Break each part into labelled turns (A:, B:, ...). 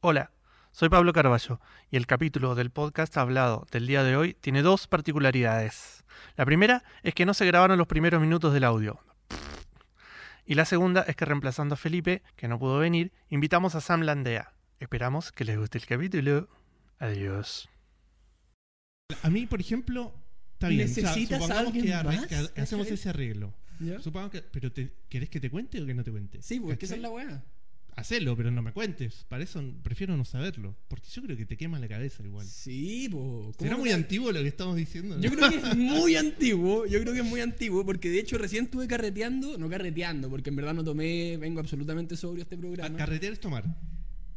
A: Hola, soy Pablo Carballo y el capítulo del podcast hablado del día de hoy tiene dos particularidades. La primera es que no se grabaron los primeros minutos del audio. Y la segunda es que reemplazando a Felipe, que no pudo venir, invitamos a Sam Landea. Esperamos que les guste el capítulo. Adiós.
B: A mí, por ejemplo, está bien. o sea,
C: ¿Necesitas
B: supongamos
C: a alguien
B: que, arre-
C: más?
B: que ha- hacemos
C: ¿Cachai?
B: ese arreglo. Supongamos que. Pero te- ¿querés que te cuente o que no te cuente?
C: Sí, pues, porque esa
B: ¿Cachai?
C: es la weá.
B: Hacelo, pero no me cuentes. Para eso prefiero no saberlo. Porque yo creo que te quema la cabeza igual.
C: Sí, po. ¿Cómo
B: ¿Será
C: no
B: muy
C: te-
B: antiguo lo que estamos diciendo?
C: Yo creo que es muy antiguo, yo creo que es muy antiguo, porque de hecho recién estuve carreteando, no carreteando, porque en verdad no tomé, vengo absolutamente sobrio a este programa.
B: Carretear es tomar.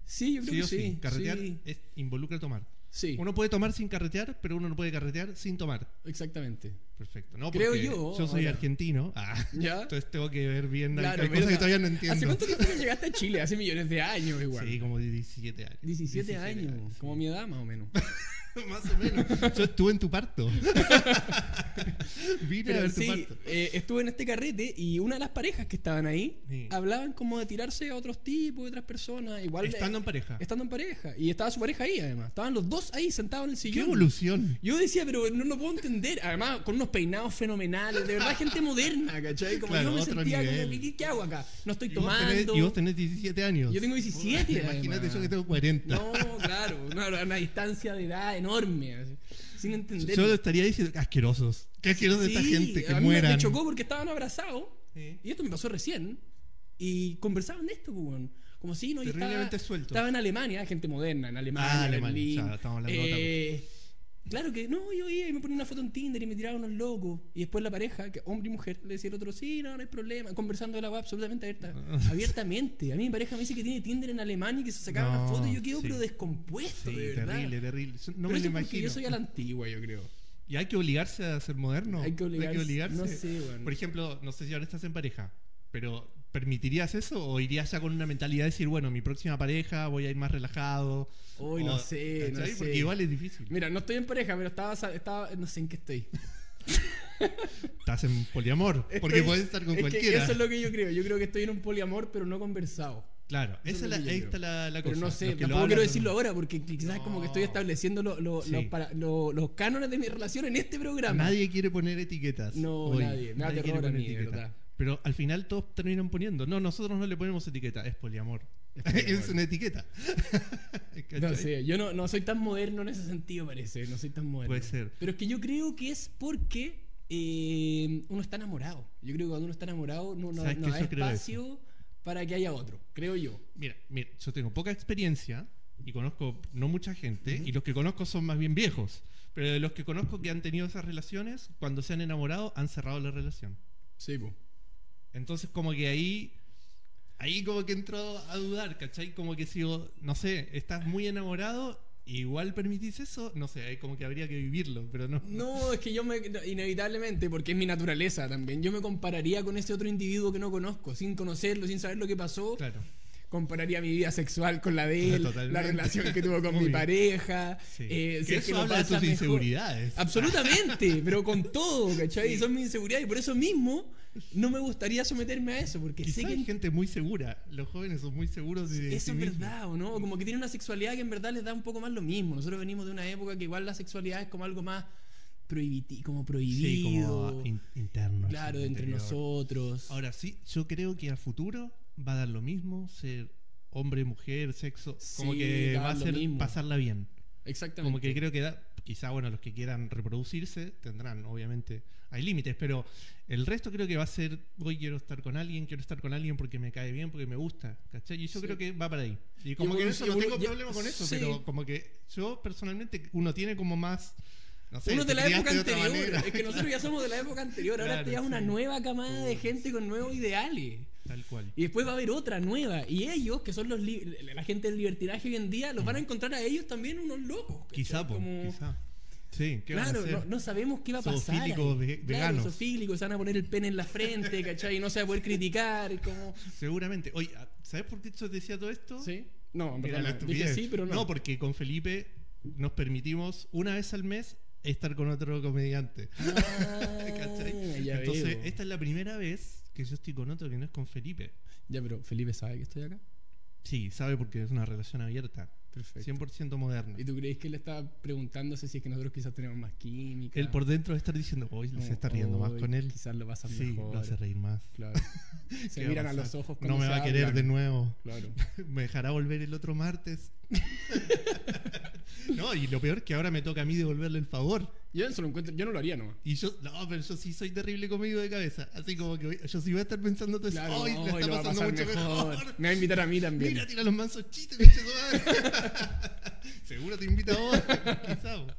C: sí, yo creo
B: Sí o
C: que
B: sí.
C: sí.
B: Carretear
C: sí,
B: es- involucra tomar.
C: sí,
B: Uno puede tomar sin carretear, pero uno no puede carretear sin tomar.
C: exactamente.
B: Perfecto. No,
C: Creo
B: porque
C: yo,
B: Yo soy
C: ahora.
B: argentino. Ah,
C: ¿Ya?
B: entonces tengo que ver bien.
C: Claro,
B: hay cosas
C: verdad.
B: que todavía no entiendo.
C: ¿Hace cuánto tiempo que llegaste a Chile? Hace millones de años igual.
B: Sí, como 17 años.
C: 17, años, como mi edad más o menos.
B: Más o menos. Yo estuve en tu parto. Vine a
C: Pero
B: ver tu
C: sí,
B: parto.
C: eh, estuve en este carrete y una de las parejas que estaban ahí
B: Sí.
C: hablaban como de tirarse a otros tipos, de otras personas, igual de-
B: Estando en pareja.
C: estando en pareja. Y estaba su pareja ahí, además. Estaban los dos ahí sentados en el
B: ¡Qué
C: sillón.
B: evolución!
C: Yo decía, pero no lo puedo entender. Además, con unos peinados fenomenales. De verdad, gente moderna, ¿cachai? Como
B: Claro,
C: yo me
B: otro
C: sentía
B: nivel.
C: como, ¿qué- ¿qué, qué hago acá? No estoy
B: Y vos,
C: tomando.
B: tenés, y vos tenés 17 años.
C: Yo tengo 17
B: Imagínate
C: además.
B: yo que tengo 40.
C: No, claro. Una, una distancia de edad enorme. así, Sin entender.
B: Yo lo estaría diciendo, asquerosos. Qué asquerosos
C: Sí,
B: esta gente, que
C: a mí me-
B: mueran.
C: Me chocó porque estaban abrazados.
B: Sí.
C: Y esto me pasó recién. Y conversaban de esto, pues, weón. Como si no, yo
B: Terriblemente
C: estaba,
B: suelto.
C: Estaba en Alemania, gente moderna, en Alemania,
B: Ah, Alemania,
C: Berlín.
B: ya, estamos hablando de
C: Eh, Claro que no, yo iba y me ponía una foto en Tinder y me tiraba unos locos. Y después la pareja, que hombre y mujer, le decía al otro, sí, no, no hay problema. Conversando de la web absolutamente abierta, abiertamente. A mí mi pareja me dice que tiene Tinder en Alemania y que se sacaba una
B: No,
C: foto y yo quedo
B: sí.
C: pero descompuesto,
B: Sí,
C: de verdad.
B: terrible, terrible. Yo-
C: Pero
B: No me
C: eso
B: lo
C: es porque
B: imagino.
C: yo soy a la antigua, yo creo.
B: Y hay que obligarse a ser moderno.
C: Hay que obligarse.
B: obligarse.
C: No sé, weón.
B: Por ejemplo, no sé si ahora estás en pareja, pero ¿permitirías eso o irías ya con una mentalidad de decir, bueno, mi próxima pareja voy a ir más relajado?
C: Hoy
B: O-
C: no sé, no
B: oh, ¿cachai?
C: sé.
B: Porque igual es difícil.
C: Mira, no estoy en pareja, pero estaba, sa- estaba no sé en qué estoy.
B: Estás en poliamor, porque
C: Estoy-
B: puedes estar con
C: es que
B: cualquiera.
C: eso es lo que yo creo. Yo creo que estoy en un poliamor, pero no conversado.
B: Claro,
C: eso es
B: esa
C: lo
B: es la,
C: que yo
B: ahí
C: creo.
B: está la, la cosa.
C: Pero no sé,
B: Los que lo
C: tampoco
B: hablan
C: quiero
B: son-
C: decorlo ahora porque quizás como que estoy
B: No.
C: estableciendo lo- lo-
B: Sí.
C: los para- lo- los cánones de mi relación en este programa.
B: Nadie quiere poner etiquetas.
C: No, nadie. Me da terror a mí, de verdad.
B: Pero al final todos terminan poniendo. No, nosotros no le ponemos etiqueta, es poliamor. Es,
C: poliamor.
B: una etiqueta.
C: No
B: ¿Cachai?
C: sé, yo no, no soy tan moderno en ese sentido, parece. No soy tan moderno.
B: Puede ser.
C: Pero es que yo creo que es porque eh, uno está enamorado. Yo creo que cuando uno está enamorado no, no,
B: ¿Sabes
C: no
B: qué?
C: da
B: Yo creo eso.
C: espacio para que haya otro, creo yo.
B: Mira, mira, yo tengo poca experiencia y conozco no mucha gente, y los que conozco son más bien viejos. Pero de los que conozco que han tenido esas relaciones, cuando se han enamorado, han cerrado la relación.
C: Sí, pues.
B: Entonces, como que ahí. Ahí como que entró a dudar, ¿cachai? Como que si vos, no sé, estás muy enamorado, igual permitís eso, no sé, ahí como que habría que vivirlo, pero no.
C: No, es que yo me. no, Inevitablemente, porque es mi naturaleza también. Yo me compararía con ese otro individuo que no conozco, sin conocerlo, sin saber lo que pasó.
B: Claro.
C: Compararía mi vida sexual con la de él,
B: Totalmente.
C: la relación que tuvo con
B: Obvio.
C: mi pareja.
B: Sí.
C: eh, si
B: Que
C: es que
B: eso
C: lo
B: habla de
C: pasa
B: tus
C: mejor.
B: inseguridades.
C: Absolutamente, pero con todo, ¿cachai? Y son mis inseguridades. Y por eso mismo no me gustaría someterme a eso, porque
B: Quizá
C: sé que.
B: hay gente muy segura, los jóvenes son muy seguros de. sí
C: Eso es
B: mismos.
C: verdad, ¿o no? Como que tiene una sexualidad que en verdad les da un poco más lo mismo. Nosotros venimos de una época que igual la sexualidad es como algo más prohibiti como prohibido.
B: Sí, como in- interno.
C: Claro,
B: sí,
C: de entre
B: interior.
C: nosotros.
B: Ahora sí, yo creo que a futuro va a dar lo mismo ser hombre, mujer, sexo. Como
C: Sí,
B: que
C: da
B: va a
C: lo
B: ser
C: mismo.
B: pasarla bien.
C: Exactamente.
B: Como que creo que da. Quizá, bueno, los que quieran reproducirse tendrán, obviamente. Hay límites, pero el resto creo que va a ser. Hoy quiero estar con alguien, quiero estar con alguien porque me cae bien, porque me gusta. ¿Cachai? Y yo
C: Sí.
B: creo que va para ahí. Y como
C: Y
B: que en
C: evolu-
B: eso
C: y
B: no
C: evolu-
B: tengo
C: ya-
B: problema con eso,
C: sí.
B: pero como que yo personalmente uno tiene como más. No sé,
C: Uno
B: te
C: de la época
B: criaste de otra
C: anterior.
B: manera.
C: Es que nosotros ya somos de la época anterior. Ahora
B: Claro,
C: te ya una
B: sí.
C: nueva camada de
B: Uy.
C: gente con nuevos ideales.
B: Tal cual.
C: Y después va a haber otra nueva. Y ellos, que son los li- la gente del libertinaje hoy en día, los van a encontrar a ellos también unos locos. ¿cachai?
B: Quizá, po,
C: Como-
B: quizá. Sí, ¿qué van a
C: Claro,
B: hacer?
C: no, no sabemos qué va a pasar. ahí.
B: Zoofílicos ve-
C: Claro,
B: veganos.
C: zoofílicos, se van a poner el pene en la frente, ¿cachai? Y no se va a poder criticar. Como...
B: Seguramente. Oye, ah, ¿sabes por qué yo decía todo esto?
C: ¿Sí? No, en
B: Mira,
C: verdad
B: la
C: no. Dije
B: estupidez.
C: sí, pero no.
B: porque con Felipe nos permitimos una vez al mes estar con otro comediante.
C: Ah,
B: ¿Cachai?
C: ya
B: Entonces,
C: veo.
B: esta es la primera vez que yo estoy con otro que no es con Felipe.
C: Ya, pero Felipe sabe que estoy acá.
B: Sí, sabe porque es una relación abierta.
C: Perfecto.
B: 100% moderna.
C: ¿Y tú crees que él estaba preguntándose si es que nosotros quizás tenemos más química?
B: Él por dentro debe estar diciendo, hoy
C: Como,
B: se está riendo más
C: "Uy,
B: con él.
C: Quizás lo pasan
B: Sí,
C: mejor.
B: lo hace reír más.
C: Claro.
B: ¿Qué
C: Se
B: va
C: miran a
B: pasar?
C: los ojos cuando
B: No me
C: se
B: va a querer
C: hablan.
B: de nuevo.
C: Claro.
B: ¿Me dejará volver el otro martes? no, y lo peor es que ahora me toca a mí devolverle el favor.
C: Yo eso lo encuentro, yo no lo haría nomás.
B: Y yo, no, pero yo sí soy terrible conmigo de cabeza. Así como que voy- yo sí voy a estar pensando todo eso.
C: Claro,
B: Pues, ¡Ay,
C: no,
B: le está
C: lo va a pasar
B: pasando mucho mejor!
C: Me va a invitar a mí también.
B: Mira, tira los mansos chistes, pinche tu madre. Seguro te invita a vos. Quizá. vos.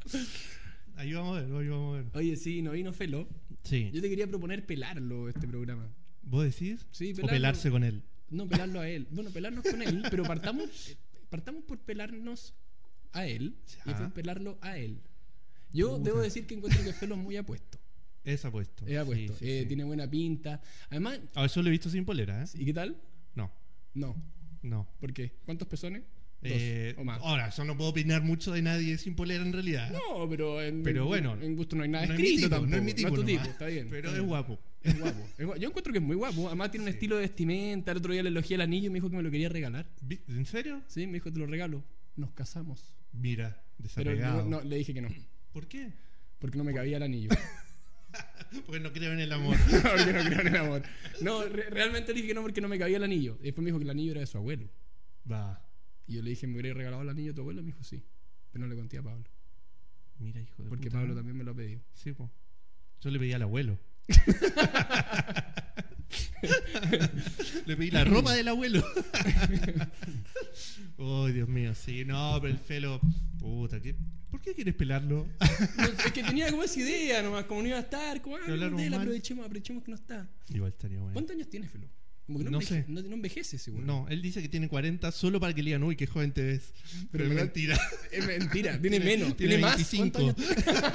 B: Ahí vamos a ver, ahí vamos a ver.
C: Oye, sí, no vino Felo.
B: Sí.
C: Yo te quería proponer pelarlo este programa.
B: ¿Vos decís?
C: Sí,
B: o
C: pelarlo.
B: pelarse con él.
C: No, pelarlo a él. Bueno, pelarnos con él, pero partamos, eh, partamos por pelarnos a él y
B: Ya.
C: después pelarlo a él. Yo
B: Puta.
C: debo decir que encuentro que Felo es muy apuesto.
B: Es apuesto.
C: Es apuesto.
B: Sí, sí,
C: eh,
B: sí.
C: Tiene buena pinta. Además,
B: A ver, yo lo he visto sin polera, ¿eh?
C: ¿y qué tal?
B: No,
C: No.
B: no.
C: ¿Por qué? ¿Cuántos pezones? Dos
B: Eh,
C: o más.
B: Ahora, yo no puedo opinar mucho de nadie sin polera en realidad.
C: No, pero en,
B: Pero
C: en-
B: bueno,
C: en gusto no hay nada
B: No es mi
C: escrito
B: tipo,
C: tampoco.
B: no es mi tipo
C: tu
B: nomás.
C: tipo, está bien.
B: Pero
C: está
B: es
C: bien.
B: guapo.
C: Es guapo. es guapo. Yo encuentro que es muy guapo. Además tiene un estilo de vestimenta. El otro día le elogié el anillo y me dijo que me lo quería regalar.
B: Vi- ¿En serio?
C: Sí, me dijo, te lo regalo. Nos casamos.
B: Mira,
C: Pero
B: desapegado.
C: no, no, le dije que no.
B: ¿Por qué?
C: Porque no me cabía el anillo.
B: Porque no creo en el amor.
C: porque no creo en el amor. No, re- realmente le dije que no porque no me cabía el anillo. Y después me dijo que el anillo era de su abuelo.
B: Va.
C: Y yo le dije, ¿me hubieras regalado el anillo a tu abuelo? Y me dijo, sí. Pero no le conté a Pablo.
B: Mira, hijo de
C: Porque
B: puta.
C: Pablo también me lo ha pedido.
B: Sí, po. Yo le pedí al abuelo. le pedí la ropa del abuelo. oh, Dios mío, sí. No, pero el felo. Puta, ¿qué? ¿por qué quieres pelarlo?
C: No, es que tenía como esa idea nomás, como no iba a estar, como, ah,
B: Que hablaron
C: no, dale,
B: mal.
C: aprovechemos, aprovechemos que no está.
B: Igual estaría bueno.
C: ¿Cuántos años tienes, Felo? Como que no,
B: No
C: enveje-
B: sé.
C: no, no envejece, seguro.
B: No, él dice que tiene 40 solo para que le digan, uy, qué joven te ves. Pero es
C: me da-
B: mentira.
C: Es mentira, tiene menos, tiene, más. ¿Cuántos
B: 25.
C: años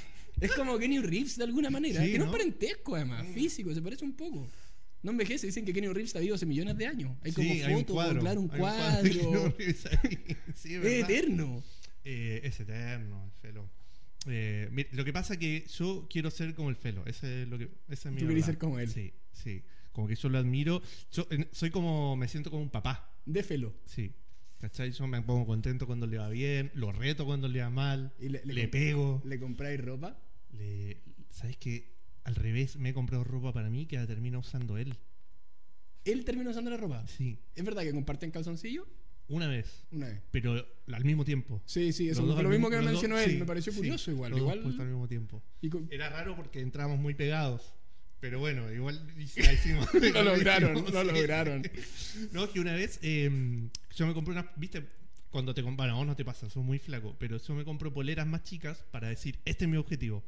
C: Es como Kenny Reeves de alguna manera.
B: Sí,
C: que no, es
B: ¿no? Mm.
C: parentesco, además, físico, se parece un poco. No envejece, dicen que Kenny Reeves está vivo hace millones de años. Hay como
B: Sí,
C: fotos,
B: hay un cuadro.
C: claro, un
B: hay que
C: cuadro.
B: no revisa ahí. Sí, es
C: es
B: verdad.
C: eterno.
B: Eh, es eterno el felo. Eh, mi- lo que pasa que yo quiero ser como el felo. Ese es lo que, esa es mi
C: Tú querés
B: verdad.
C: ser como él.
B: Sí, sí. Como que yo lo admiro. Yo en- soy como, me siento como un papá.
C: De Felo.
B: Sí. ¿Cachai? Yo me pongo contento cuando le va bien, lo reto cuando le va mal,
C: Y
B: le,
C: comp-
B: pego.
C: ¿Le compráis ropa?
B: Le, ¿Sabes qué? Al revés, me he comprado ropa para mí que la termina usando él.
C: Él terminó usando la ropa.
B: Sí,
C: ¿Es verdad que comparten calzoncillo?
B: una vez,
C: Una vez.
B: pero al mismo tiempo.
C: Sí, sí, eso
B: Los dos
C: fue lo
B: al
C: mismo
B: mismo-
C: que me
B: los dos-
C: mencionó él.
B: sí,
C: me pareció
B: sí,
C: curiopuloso igual.
B: los dos
C: igual
B: puestos al mismo tiempo.
C: y con-
B: Era raro porque entrábamos muy pegados. Pero bueno, igual la hicimos.
C: lo lograron,
B: Sí.
C: lo lograron.
B: No, es que una vez eh, yo me compré una. ¿Viste? Cuando te comparan, vos no te pasa, sos muy flaco. Pero yo me compro poleras más chicas para decir, este es mi objetivo.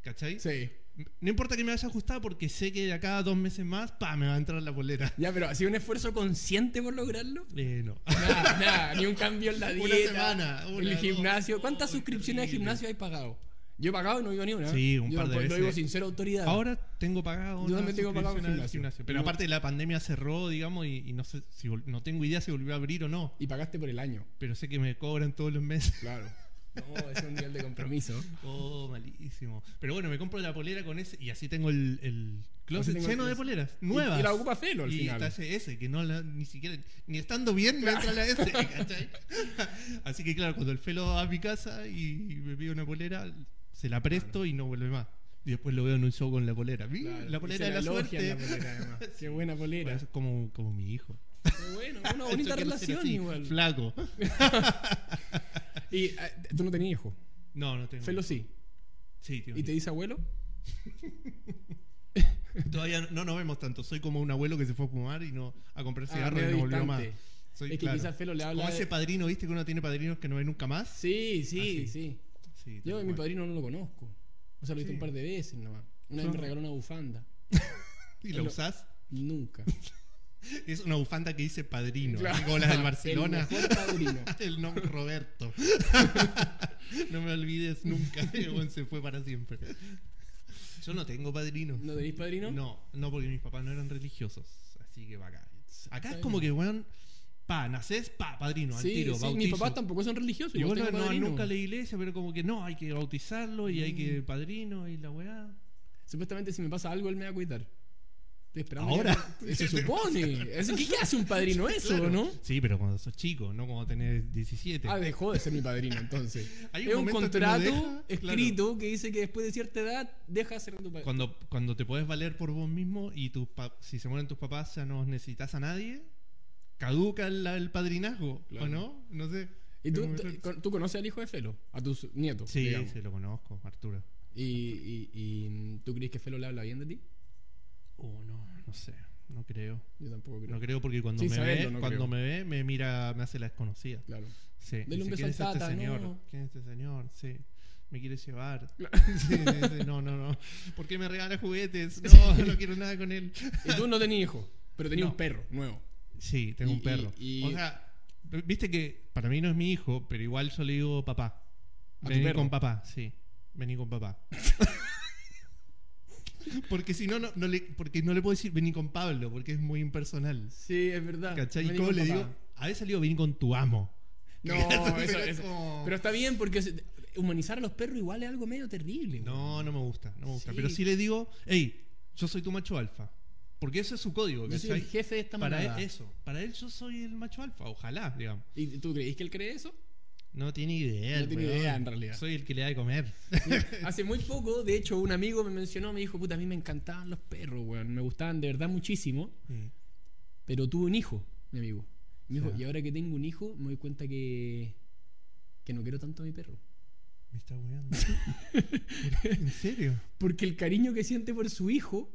B: ¿Cachai?
C: Sí.
B: No importa que me haya ajustado porque sé que de acá a dos meses más, pa, me va a entrar la polera.
C: Ya, pero ¿hacía un esfuerzo consciente por lograrlo?
B: Eh, no.
C: Nada, nada, ni un cambio en la
B: Una
C: dieta.
B: semana, una,
C: el
B: dos.
C: gimnasio. ¿Cuántas
B: Oh,
C: suscripciones de
B: terrible.
C: gimnasio hay pagado? Yo he pagado y no digo ni una. ¿eh?
B: Sí, un
C: Yo
B: par de
C: lo- Lo
B: veces.
C: digo sin ser autoridad.
B: Ahora tengo pagado.
C: Yo
B: una
C: también tengo pagado un
B: suscripción al
C: gimnasio.
B: Pero
C: Yo-
B: aparte la pandemia cerró, digamos, y, y no sé si vol- no tengo idea si volvió a abrir o no.
C: Y pagaste por el año.
B: Pero sé que me cobran todos los meses.
C: Claro. No, ese es un nivel de compromiso.
B: Oh, malísimo. Pero bueno, me compro la polera con ese y así tengo el, el
C: Así
B: closet
C: tengo el
B: lleno de
C: closet.
B: poleras nuevas.
C: Y, y la ocupa Felo al
B: Y
C: final.
B: talle S, que no la- ni siquiera, ni estando bien me entra la S, ¿cachai? Así que claro, cuando el felo va a mi casa y me pide una polera, se la presto y no vuelve más. Y después lo veo en un show con la polera. Mira,
C: Claro,
B: La
C: y
B: polera
C: se
B: de la
C: elogian
B: suerte.
C: la polera, además. Qué buena
B: Bueno,
C: polera.
B: es como, como mi hijo.
C: Qué bueno, una bonita
B: Yo quiero ser
C: relación
B: así,
C: igual.
B: Flaco.
C: Y ah, tú no tenías hijo.
B: No, no tengo.
C: Felo sí.
B: Sí, tengo
C: ¿Y te
B: hijo.
C: dice abuelo?
B: Todavía no- no nos vemos tanto. Soy como un abuelo que se fue a fumar y no a comprar
C: Ah,
B: cigarros y
C: medio
B: no volvió más.
C: distante.
B: Soy,
C: Es que
B: claro,
C: quizás Felo le habla.
B: Como
C: de-
B: ese padrino, ¿viste? Que uno tiene padrinos que no ve nunca más.
C: Sí, sí,
B: Así.
C: sí.
B: Sí,
C: Yo a
B: tal
C: mi
B: cual.
C: padrino no lo conozco. O sea, lo he visto
B: Sí.
C: un par de veces nomás. Una vez
B: Son-
C: me regaló una bufanda.
B: ¿Y la
C: lo-
B: usás?
C: Nunca.
B: Es una bufanda que dice padrino.
C: Claro.
B: así como las del Barcelona.
C: El mejor padrino.
B: El nombre Roberto. no me olvides nunca. El buen se fue para siempre. Yo no tengo padrino.
C: ¿No tenéis padrino?
B: No, no, porque mis papás no eran religiosos. Así que bacán. Acá es
C: bien.
B: como que, weón, pa, nacés, pa, padrino, al
C: Sí,
B: tiro,
C: sí, mis
B: bautizo.
C: papás tampoco son religiosos.
B: Y
C: igual
B: bueno,
C: tengo
B: no,
C: padrino.
B: nunca la iglesia, pero como que no, hay que Mm. bautizarlo y hay que padrino y la weá.
C: Supuestamente si me pasa algo él me va a cuidar. Estoy esperando
B: Ahora.
C: que- se supone. Es- ¿Qué, qué hace un padrino eso,
B: Claro.
C: no?
B: Sí, pero cuando sos chico, no cuando tenés 17.
C: Ah, dejó de ser mi padrino entonces.
B: Hay un
C: es un
B: momento que lo
C: contrato
B: deja,
C: escrito que dice que después de cierta edad deja de ser tu padrino.
B: Cuando, cuando te podés valer por vos mismo y tus pa- si se mueren tus papás ya no necesitas a nadie, caduca el, el padrinazgo,
C: Claro.
B: ¿o no? No sé.
C: ¿Y tú,
B: Como
C: tú-
B: tal.
C: con- tú conoces al hijo de Felo? A tus nietos.
B: Sí,
C: digamos.
B: sí, lo conozco, Arturo.
C: Y, y- y, tú crees que Felo le habla bien de ti?
B: Oh, no, no sé, no creo.
C: Yo tampoco creo.
B: No creo porque cuando,
C: Sin
B: me,
C: saberlo,
B: ve,
C: no
B: cuando
C: creo.
B: me ve, me mira, me hace la desconocida.
C: Claro.
B: Sí,
C: Dele
B: dice,
C: un beso
B: ¿quién
C: al
B: es este
C: tata,
B: señor?
C: no.
B: ¿Quién es este señor? Sí. Me quiere llevar. Sí, dice, no, no, no. ¿Por qué me regala juguetes? No, no quiero nada con él.
C: Y tú no tenías hijos, pero tenías
B: No.
C: un perro nuevo.
B: Sí, tengo
C: Y-
B: un perro.
C: y- y-
B: O sea, viste que para mí no es mi hijo, pero igual yo le digo papá.
C: ¿A tu
B: Vení
C: perro?
B: con papá, sí. Vení con papá. porque si no, no, no le, porque no le puedo decir vení con Pablo, porque es muy impersonal.
C: Sí, es verdad.
B: ¿Cachai?
C: Me
B: Y
C: dijo
B: como le
C: papá.
B: digo, a veces le digo vení con tu amo.
C: No,
B: Pero
C: eso,
B: es
C: eso-
B: como-
C: Pero está bien porque se- humanizar a los perros igual es algo medio terrible.
B: No, no me gusta, no me gusta.
C: Sí.
B: Pero sí le digo, hey, yo soy tu macho alfa. Porque ese es su código,
C: Yo soy el
B: ¿cachai?
C: jefe de esta
B: Para
C: manada.
B: él, eso, para él yo soy el macho alfa, ojalá, digamos.
C: ¿Y tú crees que él cree eso?
B: No tiene idea.
C: No tiene
B: weón.
C: idea, en realidad.
B: Soy el que le da de comer.
C: Hace muy poco, de hecho, un amigo me mencionó, me dijo, puta, a mí me encantaban los perros, weón. Me gustaban de verdad muchísimo,
B: Eh,
C: pero tuve un hijo, mi amigo. Y Me dijo,
B: Ya.
C: y ahora que tengo un hijo, me doy cuenta que, que no quiero tanto a mi perro.
B: Me está weando. ¿En serio?
C: Porque el cariño que siente por su hijo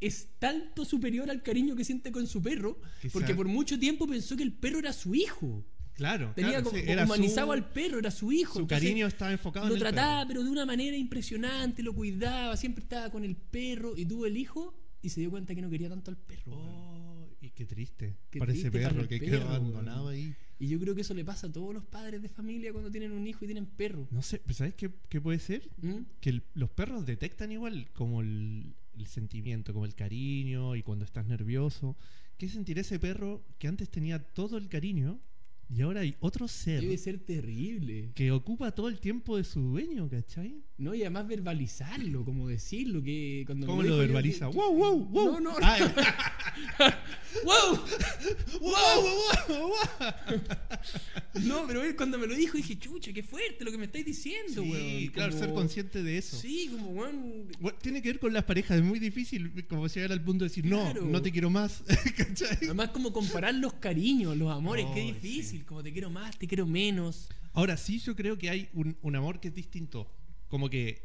C: es tanto superior al cariño que siente con su perro,
B: Quizá.
C: porque por mucho tiempo pensó que el perro era su hijo.
B: Claro.
C: Tenía
B: claro,
C: como,
B: sí,
C: como
B: era su-
C: humanizado al perro, era su hijo.
B: Su
C: entonces
B: cariño estaba enfocado
C: Lo
B: en el
C: trataba,
B: perro.
C: pero de una manera impresionante, lo cuidaba, siempre estaba con el perro y tuvo el hijo y se dio cuenta que no quería tanto al perro. weón.
B: Oh, y qué triste.
C: Qué
B: Parece
C: triste para
B: perro
C: el
B: que
C: perro,
B: quedó abandonado
C: weón.
B: ahí.
C: Y yo creo que eso le pasa a todos los padres de familia cuando tienen un hijo y tienen perro.
B: No sé, pero ¿sabes qué, qué puede ser?
C: ¿Mm?
B: Que el- los perros detectan igual como el, el sentimiento, como el cariño y cuando estás nervioso. ¿Qué sentirá ese perro que antes tenía todo el cariño y ahora hay otro ser
C: Debe ser terrible.
B: que ocupa todo el tiempo de su dueño, ¿cachai?
C: No, y además verbalizarlo, como decirlo, que cuando me
B: ¿Cómo
C: dijo
B: lo
C: yo que-
B: verbaliza? ¡Wow, wow, wow!
C: No, no, no.
B: Ay,
C: ¡Wow!
B: ¡Wow, wow, wow, wow!
C: No, pero él cuando me lo dijo dije, chucha, qué fuerte lo que me estáis diciendo,
B: Sí,
C: weón.
B: claro,
C: Como-
B: ser consciente de eso.
C: Sí, como weón.
B: Bueno, tiene que ver con las parejas, es muy difícil como llegar al punto de decir,
C: Claro.
B: no, no te quiero más, ¿cachai?
C: Además, como comparar los cariños, los amores, qué
B: Ay,
C: difícil.
B: sí.
C: Como te quiero más, te quiero menos.
B: Ahora sí, yo creo que hay un, un amor que es distinto. Como que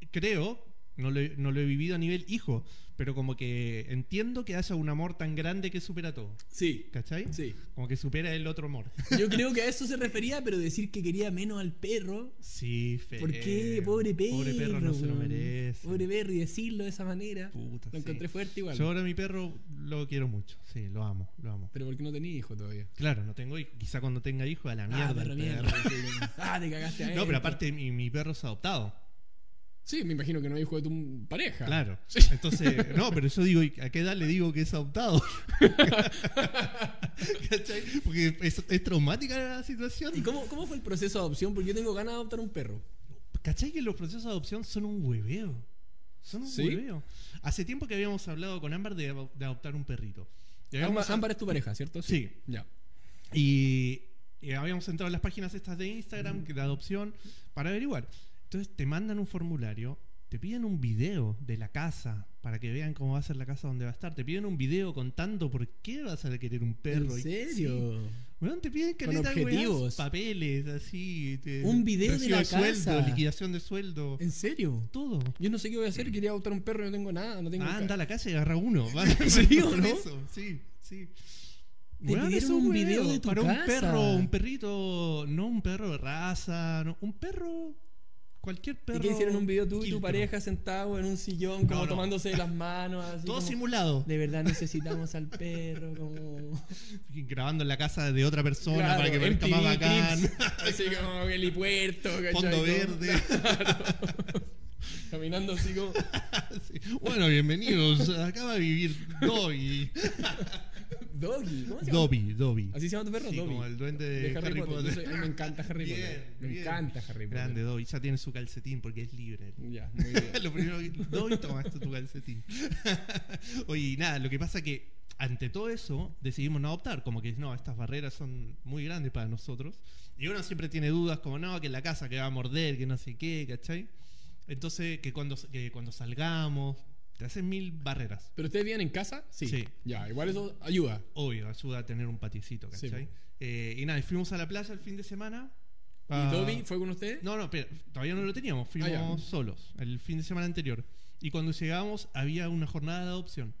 B: c- creo, no lo, he- no lo he vivido a nivel hijo, pero como que entiendo que haya un amor tan grande que supera todo,
C: Sí,
B: ¿cachai?
C: sí.
B: Como que supera el otro amor.
C: Yo creo que a eso se refería, pero decir que quería menos al perro.
B: Sí, feo.
C: ¿Por qué? Pobre perro.
B: Pobre perro no se lo
C: weón.
B: merece.
C: Pobre perro, y decirlo de esa manera.
B: Puta,
C: lo
B: sí.
C: encontré fuerte igual.
B: Yo ahora a mi perro lo quiero mucho. Sí, lo amo, lo amo.
C: Pero porque no tenía hijo todavía.
B: Claro, no tengo hijo. Quizá cuando tenga hijo, a la
C: ah,
B: mierda.
C: perro,
B: el
C: mierda.
B: perro.
C: Sí, bueno. ah, te cagaste a
B: No, pero
C: él.
B: aparte mi, mi perro es adoptado.
C: Sí, me imagino que no es hijo de tu pareja.
B: Claro. Entonces, no, pero yo digo, ¿y ¿a qué edad le digo que es adoptado? ¿Cachai? Porque es, es traumática la situación.
C: ¿Y cómo, cómo fue el proceso de adopción? Porque yo tengo ganas de adoptar un perro.
B: ¿Cachai que los procesos de adopción son un hueveo? Son un
C: ¿Sí?
B: hueveo. Hace tiempo que habíamos hablado con Ámbar de, abo- de adoptar un perrito. Y habíamos-
C: Ámbar, Ámbar es tu pareja, ¿cierto?
B: Sí.
C: Ya.
B: Y eh, habíamos entrado en las páginas estas de Instagram, que de adopción, para averiguar. Entonces te mandan un formulario, te piden un video de la casa, para que vean cómo va a ser la casa donde va a estar. Te piden un video contando por qué vas a querer un perro.
C: ¿En
B: Y-
C: serio?
B: sí. Weón, te piden
C: Con
B: caleta de weas,
C: objetivos.
B: papeles, así. te-
C: Un video de
B: recibo
C: la casa.
B: sueldo, liquidación de sueldo.
C: ¿En serio?
B: Todo.
C: Yo no sé qué voy a hacer, quería adoptar un perro y no tengo nada, no tengo
B: Mm. Ah,
C: ca-
B: anda a la calle y agarra uno. ¿En
C: serio, no?
B: Eso, sí, sí.
C: Te
B: Weón,
C: pidieron
B: eso,
C: un
B: weón,
C: video de tu
B: Para
C: casa.
B: un perro, un perrito, no un perro de raza, no, un perro, cualquier perro.
C: ¿Y qué hicieron un video tú y tu
B: quiltro.
C: pareja sentados en un sillón, como
B: No, no.
C: tomándose las manos, así
B: Todo
C: como,
B: simulado.
C: De verdad necesitamos al perro, como...
B: Grabando en la casa de otra persona
C: Claro,
B: para que parezca más
C: MTV
B: bacán.
C: Clips, así como helipuerto, ¿cachai?
B: Fondo
C: Como
B: verde.
C: Caminando así como...
B: Sí. Bueno, bienvenidos. Acaba de vivir Doy.
C: Doggy, ¿cómo se llama?
B: Dobby, Dobby.
C: Así se llama tu perro,
B: Sí,
C: Dobby.
B: como el duende
C: De
B: de,
C: Harry Potter. Yo soy- a mí me encanta Harry
B: Bien,
C: Potter. Me
B: bien.
C: encanta Harry Potter.
B: Grande Dobby, ya tiene su calcetín porque es libre.
C: Ya, muy bien.
B: lo primero que Dobby tomaste tu calcetín. Oye, y nada, lo que pasa que ante todo eso decidimos no adoptar, como que no, estas barreras son muy grandes para nosotros. Y uno siempre tiene dudas como no, que en la casa que va a morder, que no sé qué, ¿cachai? Entonces, que cuando, que cuando salgamos, te hacen mil barreras.
C: ¿Pero ustedes viven en casa? Sí.
B: Sí.
C: Ya, igual eso ayuda.
B: Obvio, ayuda a tener un paticito,
C: Sí.
B: ¿cachai? Eh, y nada, y fuimos a la playa el fin de semana.
C: ¿Y
B: Ah,
C: Dobby fue con ustedes?
B: No, no, pero todavía no lo teníamos, fuimos
C: Ah, ya.
B: solos el fin de semana anterior. Y cuando llegamos había una jornada de adopción.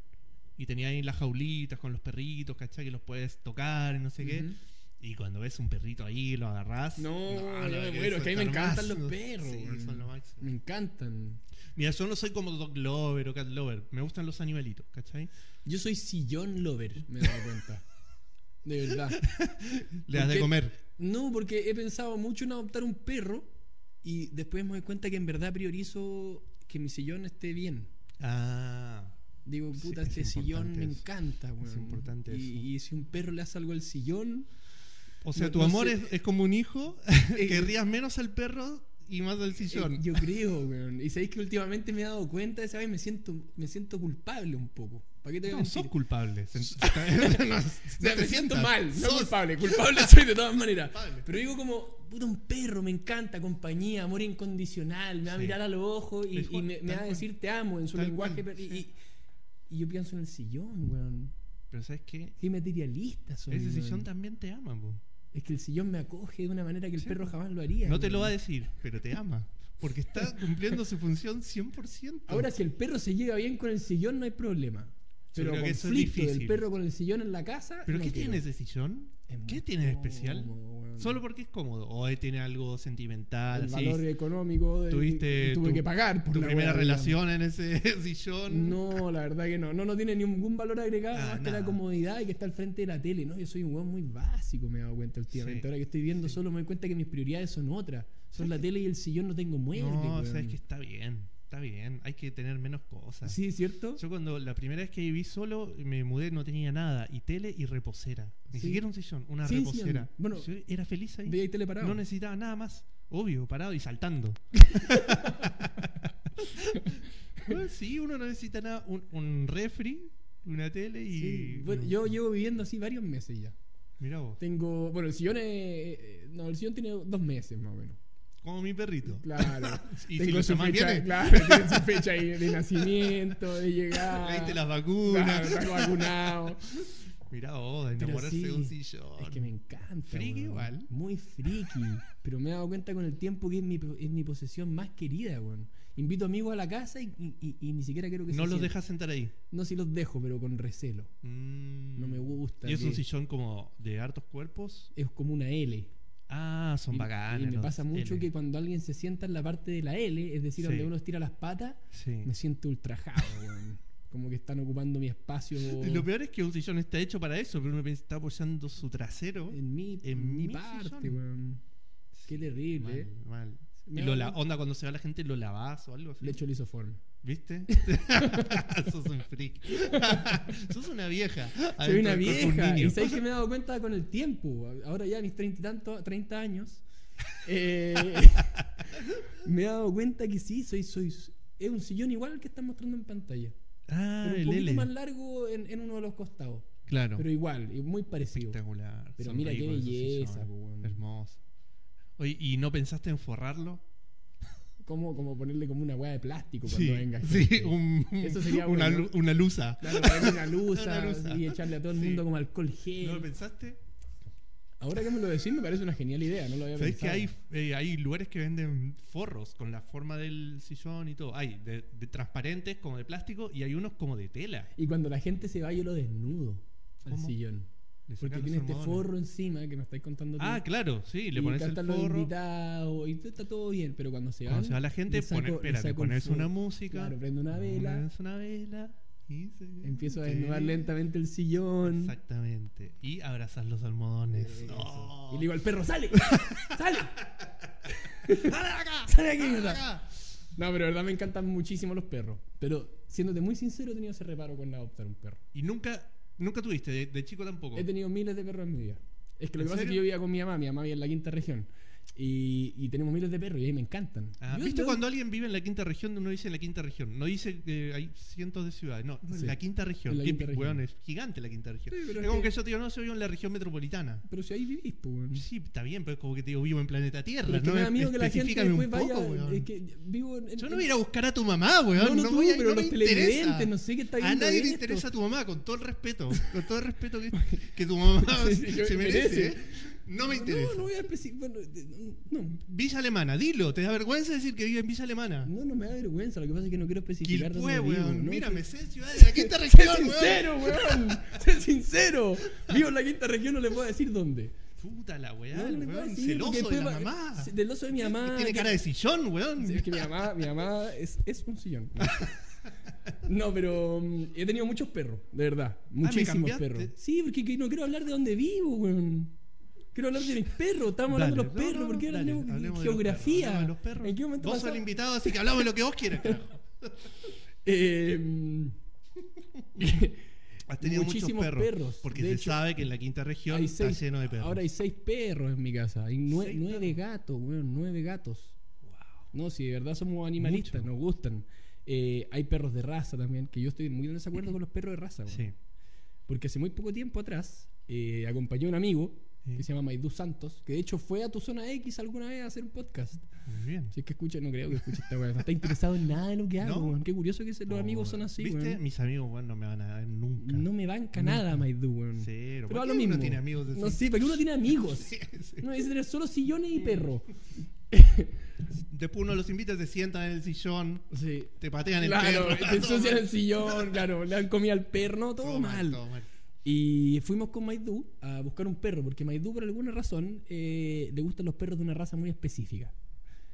B: Y tenía ahí las jaulitas con los perritos, ¿cachai? Que los puedes tocar y no sé qué.
C: Ujú.
B: Y cuando ves un perrito ahí, lo agarrás.
C: No, yo me muero, es que a mí me
B: soltar
C: encantan
B: más.
C: los perros,
B: Sí,
C: weón.
B: son lo máximo.
C: Me encantan.
B: Mira, yo no soy como dog lover o cat lover. Me gustan los animalitos, ¿cachai?
C: Yo soy sillón lover, me he dado cuenta. De verdad.
B: Le das de
C: qué?
B: comer.
C: No, porque he pensado mucho en adoptar un perro y después me doy cuenta que en verdad priorizo que mi sillón esté bien.
B: Ah.
C: Digo,
B: Sí,
C: puta,
B: es
C: este sillón
B: importante
C: me
B: eso.
C: encanta, weón. y,
B: importante eso.
C: y si un perro le hace algo al sillón,
B: O sea,
C: No-
B: tu
C: no
B: amor
C: sé.
B: es, es como un hijo. Querrías menos al perro y más al
C: eh,
B: sillón.
C: yo creo, weón. Y sabéis que últimamente me he dado cuenta, ¿sabes? Me siento, me siento culpable un poco. ¿Para qué te voy a
B: No,
C: mentir?
B: sos culpable. Sen- no, no,
C: O sea,
B: no te
C: me siento
B: sientas.
C: mal, no
B: Sos-
C: culpable, culpable soy de todas maneras.
B: Culpable.
C: Pero digo como, puta, un perro, me encanta, compañía, amor incondicional, me va a
B: Sí.
C: mirar a los ojos y,
B: Tal
C: y
B: cual,
C: me, me
B: tal
C: va a
B: cual.
C: decir te amo en su
B: Tal
C: lenguaje.
B: cual,
C: per- y,
B: sí.
C: y- y yo pienso en el sillón, weón.
B: Pero ¿sabes qué?
C: Qué materialista soy.
B: Ese
C: weón.
B: sillón también te ama, po.
C: Es que el sillón me acoge de una manera que el
B: Sí.
C: perro jamás lo haría.
B: No te lo va a
C: weón.
B: decir, pero te ama. Porque está cumpliendo su función 100%.
C: Ahora, si el perro se lleva bien con el sillón, no hay problema. Pero
B: creo que eso es
C: conflicto del
B: difícil.
C: perro con el sillón en la casa.
B: ¿Pero
C: no
B: qué
C: quiero.
B: tiene ese sillón?
C: Es muy
B: ¿Qué tiene de
C: cómodo,
B: especial?
C: weón.
B: Solo porque es cómodo. O eh, tiene algo sentimental.
C: el
B: así.
C: valor económico de,
B: Tuviste
C: tuve
B: tu-
C: que pagar por
B: Tu
C: la
B: primera
C: weá,
B: relación en ese sillón.
C: digamos. no la verdad que no no no tiene ningún valor agregado
B: Ah,
C: más que la
B: nada.
C: comodidad y que está al frente de la tele no yo soy un weón muy básico me he dado cuenta últimamente
B: Sí,
C: ahora que estoy viendo solo me doy cuenta que mis prioridades son otras son la tele y el sillón no tengo muebles
B: No, o
C: weón.
B: sea, es que está bien. Está bien. Hay que tener menos cosas.
C: sí cierto
B: Yo cuando la primera vez que viví solo me mudé no tenía nada, y tele y reposera. Ni
C: Sí.
B: siquiera un sillón, una
C: Sí, sí,
B: reposera.
C: anda. Bueno,
B: Yo era feliz ahí.
C: veía ahí tele parado
B: No necesitaba nada más. Obvio, parado y saltando. Bueno, Pues sí, uno no necesita nada. Un, un refri, una tele y.
C: Sí, bueno, yo llevo viviendo así varios meses ya
B: Mirá vos,
C: tengo bueno el sillón es, eh, no el sillón tiene dos meses más o menos
B: como mi perrito.
C: Claro.
B: Y si
C: Tengo
B: lo
C: su
B: tomás,
C: fecha, eh,
B: viene.
C: claro, tiene su fecha ahí de nacimiento, de llegada.
B: Leíste las
C: Claro,
B: vacunas.
C: está vacunado.
B: Mirá vos, de
C: Pero
B: enamorarse de un
C: sí,
B: sillón.
C: Es que me encanta.
B: Friki
C: weón.
B: igual.
C: Muy friki. Pero me he dado cuenta con el tiempo que es mi, pro- es mi posesión más querida, weón. Invito amigos a la casa y, y- y- y ni siquiera quiero que se
B: No los
C: sienten.
B: dejas sentar ahí.
C: No, sí los dejo, pero con recelo.
B: Mm.
C: No me gusta.
B: ¿Y es un
C: que-
B: sillón como de hartos cuerpos?
C: Es como una L.
B: Ah, son
C: Y-
B: bacanas.
C: Y me
B: los
C: pasa mucho
B: L.
C: que cuando alguien se sienta en la parte de la L, es decir, donde
B: Sí.
C: uno estira las patas,
B: Sí.
C: me siento ultrajado, weón. Como que están ocupando mi espacio
B: Y Lo peor es que un sillón está hecho para eso, pero uno piensa, está apoyando su trasero.
C: en mi,
B: en
C: mi
B: mi
C: parte,
B: sillón.
C: weón. Qué
B: Mal,
C: terrible, eh.
B: mal.
C: Me
B: Y lo
C: da-
B: la- onda cuando se va la gente, lo lavas o algo así.
C: Le echo el isoform.
B: ¿Viste? Sos un freak. Sos una vieja.
C: Soy
B: adentro
C: una
B: del cuerpo Ah, de un
C: vieja.
B: niño.
C: Y sabéis que me he dado cuenta con el tiempo. Ahora ya mis treinta y tantos, 30 años. eh, me he dado cuenta que sí, soy, soy. Es un sillón igual al que están mostrando en pantalla.
B: Ah,
C: pero un
B: el
C: poquito
B: L.
C: más largo en, en uno de los costados.
B: Claro.
C: Pero igual, y muy parecido.
B: Espectacular.
C: Pero
B: Son
C: mira qué
B: ricos esos
C: belleza,
B: sillones.
C: po, weón.
B: Hermoso. Oye, ¿y no pensaste en forrarlo?
C: Como, como ponerle como una hueá de plástico cuando
B: Sí,
C: venga. este,
B: sí, un- un-
C: Eso sería
B: una,
C: bueno.
B: lu- una luza.
C: Claro, ponerle una luz
B: Una luza.
C: y echarle a todo el
B: Sí.
C: mundo como alcohol gel.
B: ¿No lo pensaste?
C: Ahora que me lo decís, me parece una genial idea. No lo había
B: ¿Sabes que
C: pensado.
B: hay, eh, hay lugares que venden forros con la forma del sillón y todo? Hay de, de transparentes, como de plástico, y hay unos como de tela.
C: Y cuando la gente se va, yo lo desnudo al
B: ¿Cómo?
C: sillón.
B: Le sacan
C: Porque
B: los
C: tiene este
B: almohadones.
C: forro encima que me estáis contando tú.
B: Ah, claro, sí, le
C: y
B: pones el
C: cantan los
B: forro.
C: invitados y está todo bien, pero cuando se van.
B: Cuando se va la gente,
C: le saco-
B: pone,
C: le
B: espérate,
C: saco un
B: pones
C: forro.
B: una música.
C: Claro, prendo una vela.
B: Pones una vela. Y se...
C: Empiezo a
B: Sí.
C: desnudar lentamente el sillón.
B: Exactamente. Y abrazas los almohadones.
C: Eh, eso.
B: ¡Oh!
C: Y le digo al perro, ¡sale! ¡Sale!
B: ¡Sale de acá!
C: ¡Sale de aquí,
B: ¡Sale de
C: mierda!
B: acá!
C: No, pero de verdad me encantan muchísimo los perros. Pero siéndote muy sincero, he tenido ese reparo con adoptar un perro.
B: Y nunca Nunca tuviste, de, de chico tampoco.
C: He tenido miles Eh, de perros en mi vida. Es que lo
B: ¿En
C: que pasa es que
B: serio?
C: yo vivía con mi mamá, mi mamá vive en la quinta región. Y, y tenemos miles de perros y ahí me encantan.
B: Ah,
C: Yo-
B: ¿Viste
C: yo-
B: cuando alguien vive en la quinta región? Uno dice en la quinta región. No dice que hay cientos de ciudades. No,
C: Sí.
B: la quinta región.
C: En la
B: Qué
C: quinta
B: pi-
C: región.
B: weón, es gigante la quinta región.
C: Sí,
B: es,
C: pero es
B: como
C: que-
B: que yo te digo, no, yo vivo en la región metropolitana.
C: Pero si ahí vivís, pues. weón.
B: Sí, está bien, pero es como que te digo, vivo en planeta Tierra.
C: Pero es que
B: ¿no?
C: me da miedo que la gente
B: Especifícame
C: después
B: un poco,
C: vaya.
B: weón.
C: es que vivo en, en-
B: Yo no voy a ir a buscar a tu mamá, weón.
C: No, no tú,
B: voy a-
C: pero
B: me
C: los
B: interesa.
C: televidentes, no sé qué está
B: A
C: viendo
B: nadie le
C: esto.
B: interesa tu mamá, con todo el respeto. Con todo el respeto que, que tu mamá
C: Sí, sí,
B: se
C: que me
B: merece.
C: merece.
B: ¿eh? No me interesa.
C: No, no voy a especi- Bueno, de- no, no,
B: Villa Alemana, dilo. ¿Te da vergüenza decir que vive en Villa Alemana?
C: no, no me da vergüenza. Lo que pasa es que no quiero especificar. dónde
B: Quilpué,
C: vivo, ¿no?
B: weón. Mira,
C: Soy-
B: me sé ciudad de la quinta
C: ¡Sé
B: región, weón.
C: sincero, weón! ¡Sé sincero! Vivo en la quinta región, no les puedo decir dónde.
B: Puta la weá,
C: No, no les puedo
B: weón.
C: decir, porque
B: Celoso de
C: después
B: la
C: va-
B: mamá.
C: se- Del oso de mi mamá.
B: Tiene
C: que-
B: cara de sillón, weón.
C: Sí, Es que mi mamá, mi mamá es, es un sillón. No, pero mm, he tenido muchos perros, de verdad. Muchísimos
B: Ah, cambiaste.
C: perros. Sí, porque que no quiero hablar de dónde vivo, weón. Quiero hablar de mis perros. Estamos
B: Dale,
C: hablando de los
B: no, no,
C: perros.
B: no,
C: ¿Por qué ahora
B: dale,
C: hablamos de
B: hablemos los
C: geografía?
B: perros, hablemos de los perros.
C: ¿En qué momento
B: Vos sos
C: pasamos?
B: el invitado, así que hablamos de lo que vos quieras, carajo.
C: Eh,
B: Has tenido
C: Muchísimos
B: muchos perros.
C: perros,
B: Porque
C: de
B: se
C: hecho,
B: sabe que en la quinta región
C: hay
B: está
C: seis,
B: lleno de perros.
C: Ahora hay seis perros en mi casa. Hay nue-
B: Seis
C: nueve gatos, weón. Nueve gatos. No, si de verdad somos animalistas,
B: Mucho.
C: nos gustan. Eh, hay perros de raza también, que yo estoy muy en desacuerdo con los perros de raza, weón.
B: Sí.
C: Porque hace muy poco tiempo atrás eh, acompañé a un amigo
B: Sí.
C: que se llama Maidú Santos, que de hecho fue a tu zona X alguna vez a hacer un podcast.
B: Muy bien.
C: Si es que escucha, no creo que escuche esta weá. No está interesado en nada de lo que hago,
B: No.
C: weón. Qué curioso que se- los amigos son así,
B: ¿Viste?
C: weón.
B: Mis amigos, weón, no me van a dar nunca.
C: No me banca
B: Nunca.
C: nada, Maidú, weón.
B: Cero.
C: Pero
B: ¿Por
C: a
B: qué
C: lo mismo.
B: Uno tiene amigos de
C: No sé, porque uno tiene amigos.
B: Sí, sí.
C: Uno dice tener solo sillones y perro.
B: Después uno los invita, se sientan en el sillón,
C: Sí.
B: te patean el
C: Claro,
B: perro.
C: te ensucian el sillón, claro, le han comido al perro, no, todo, mal.
B: todo mal.
C: Y fuimos con Maidú a buscar un perro, porque Maidú por alguna razón eh, le gustan los perros de una raza muy específica,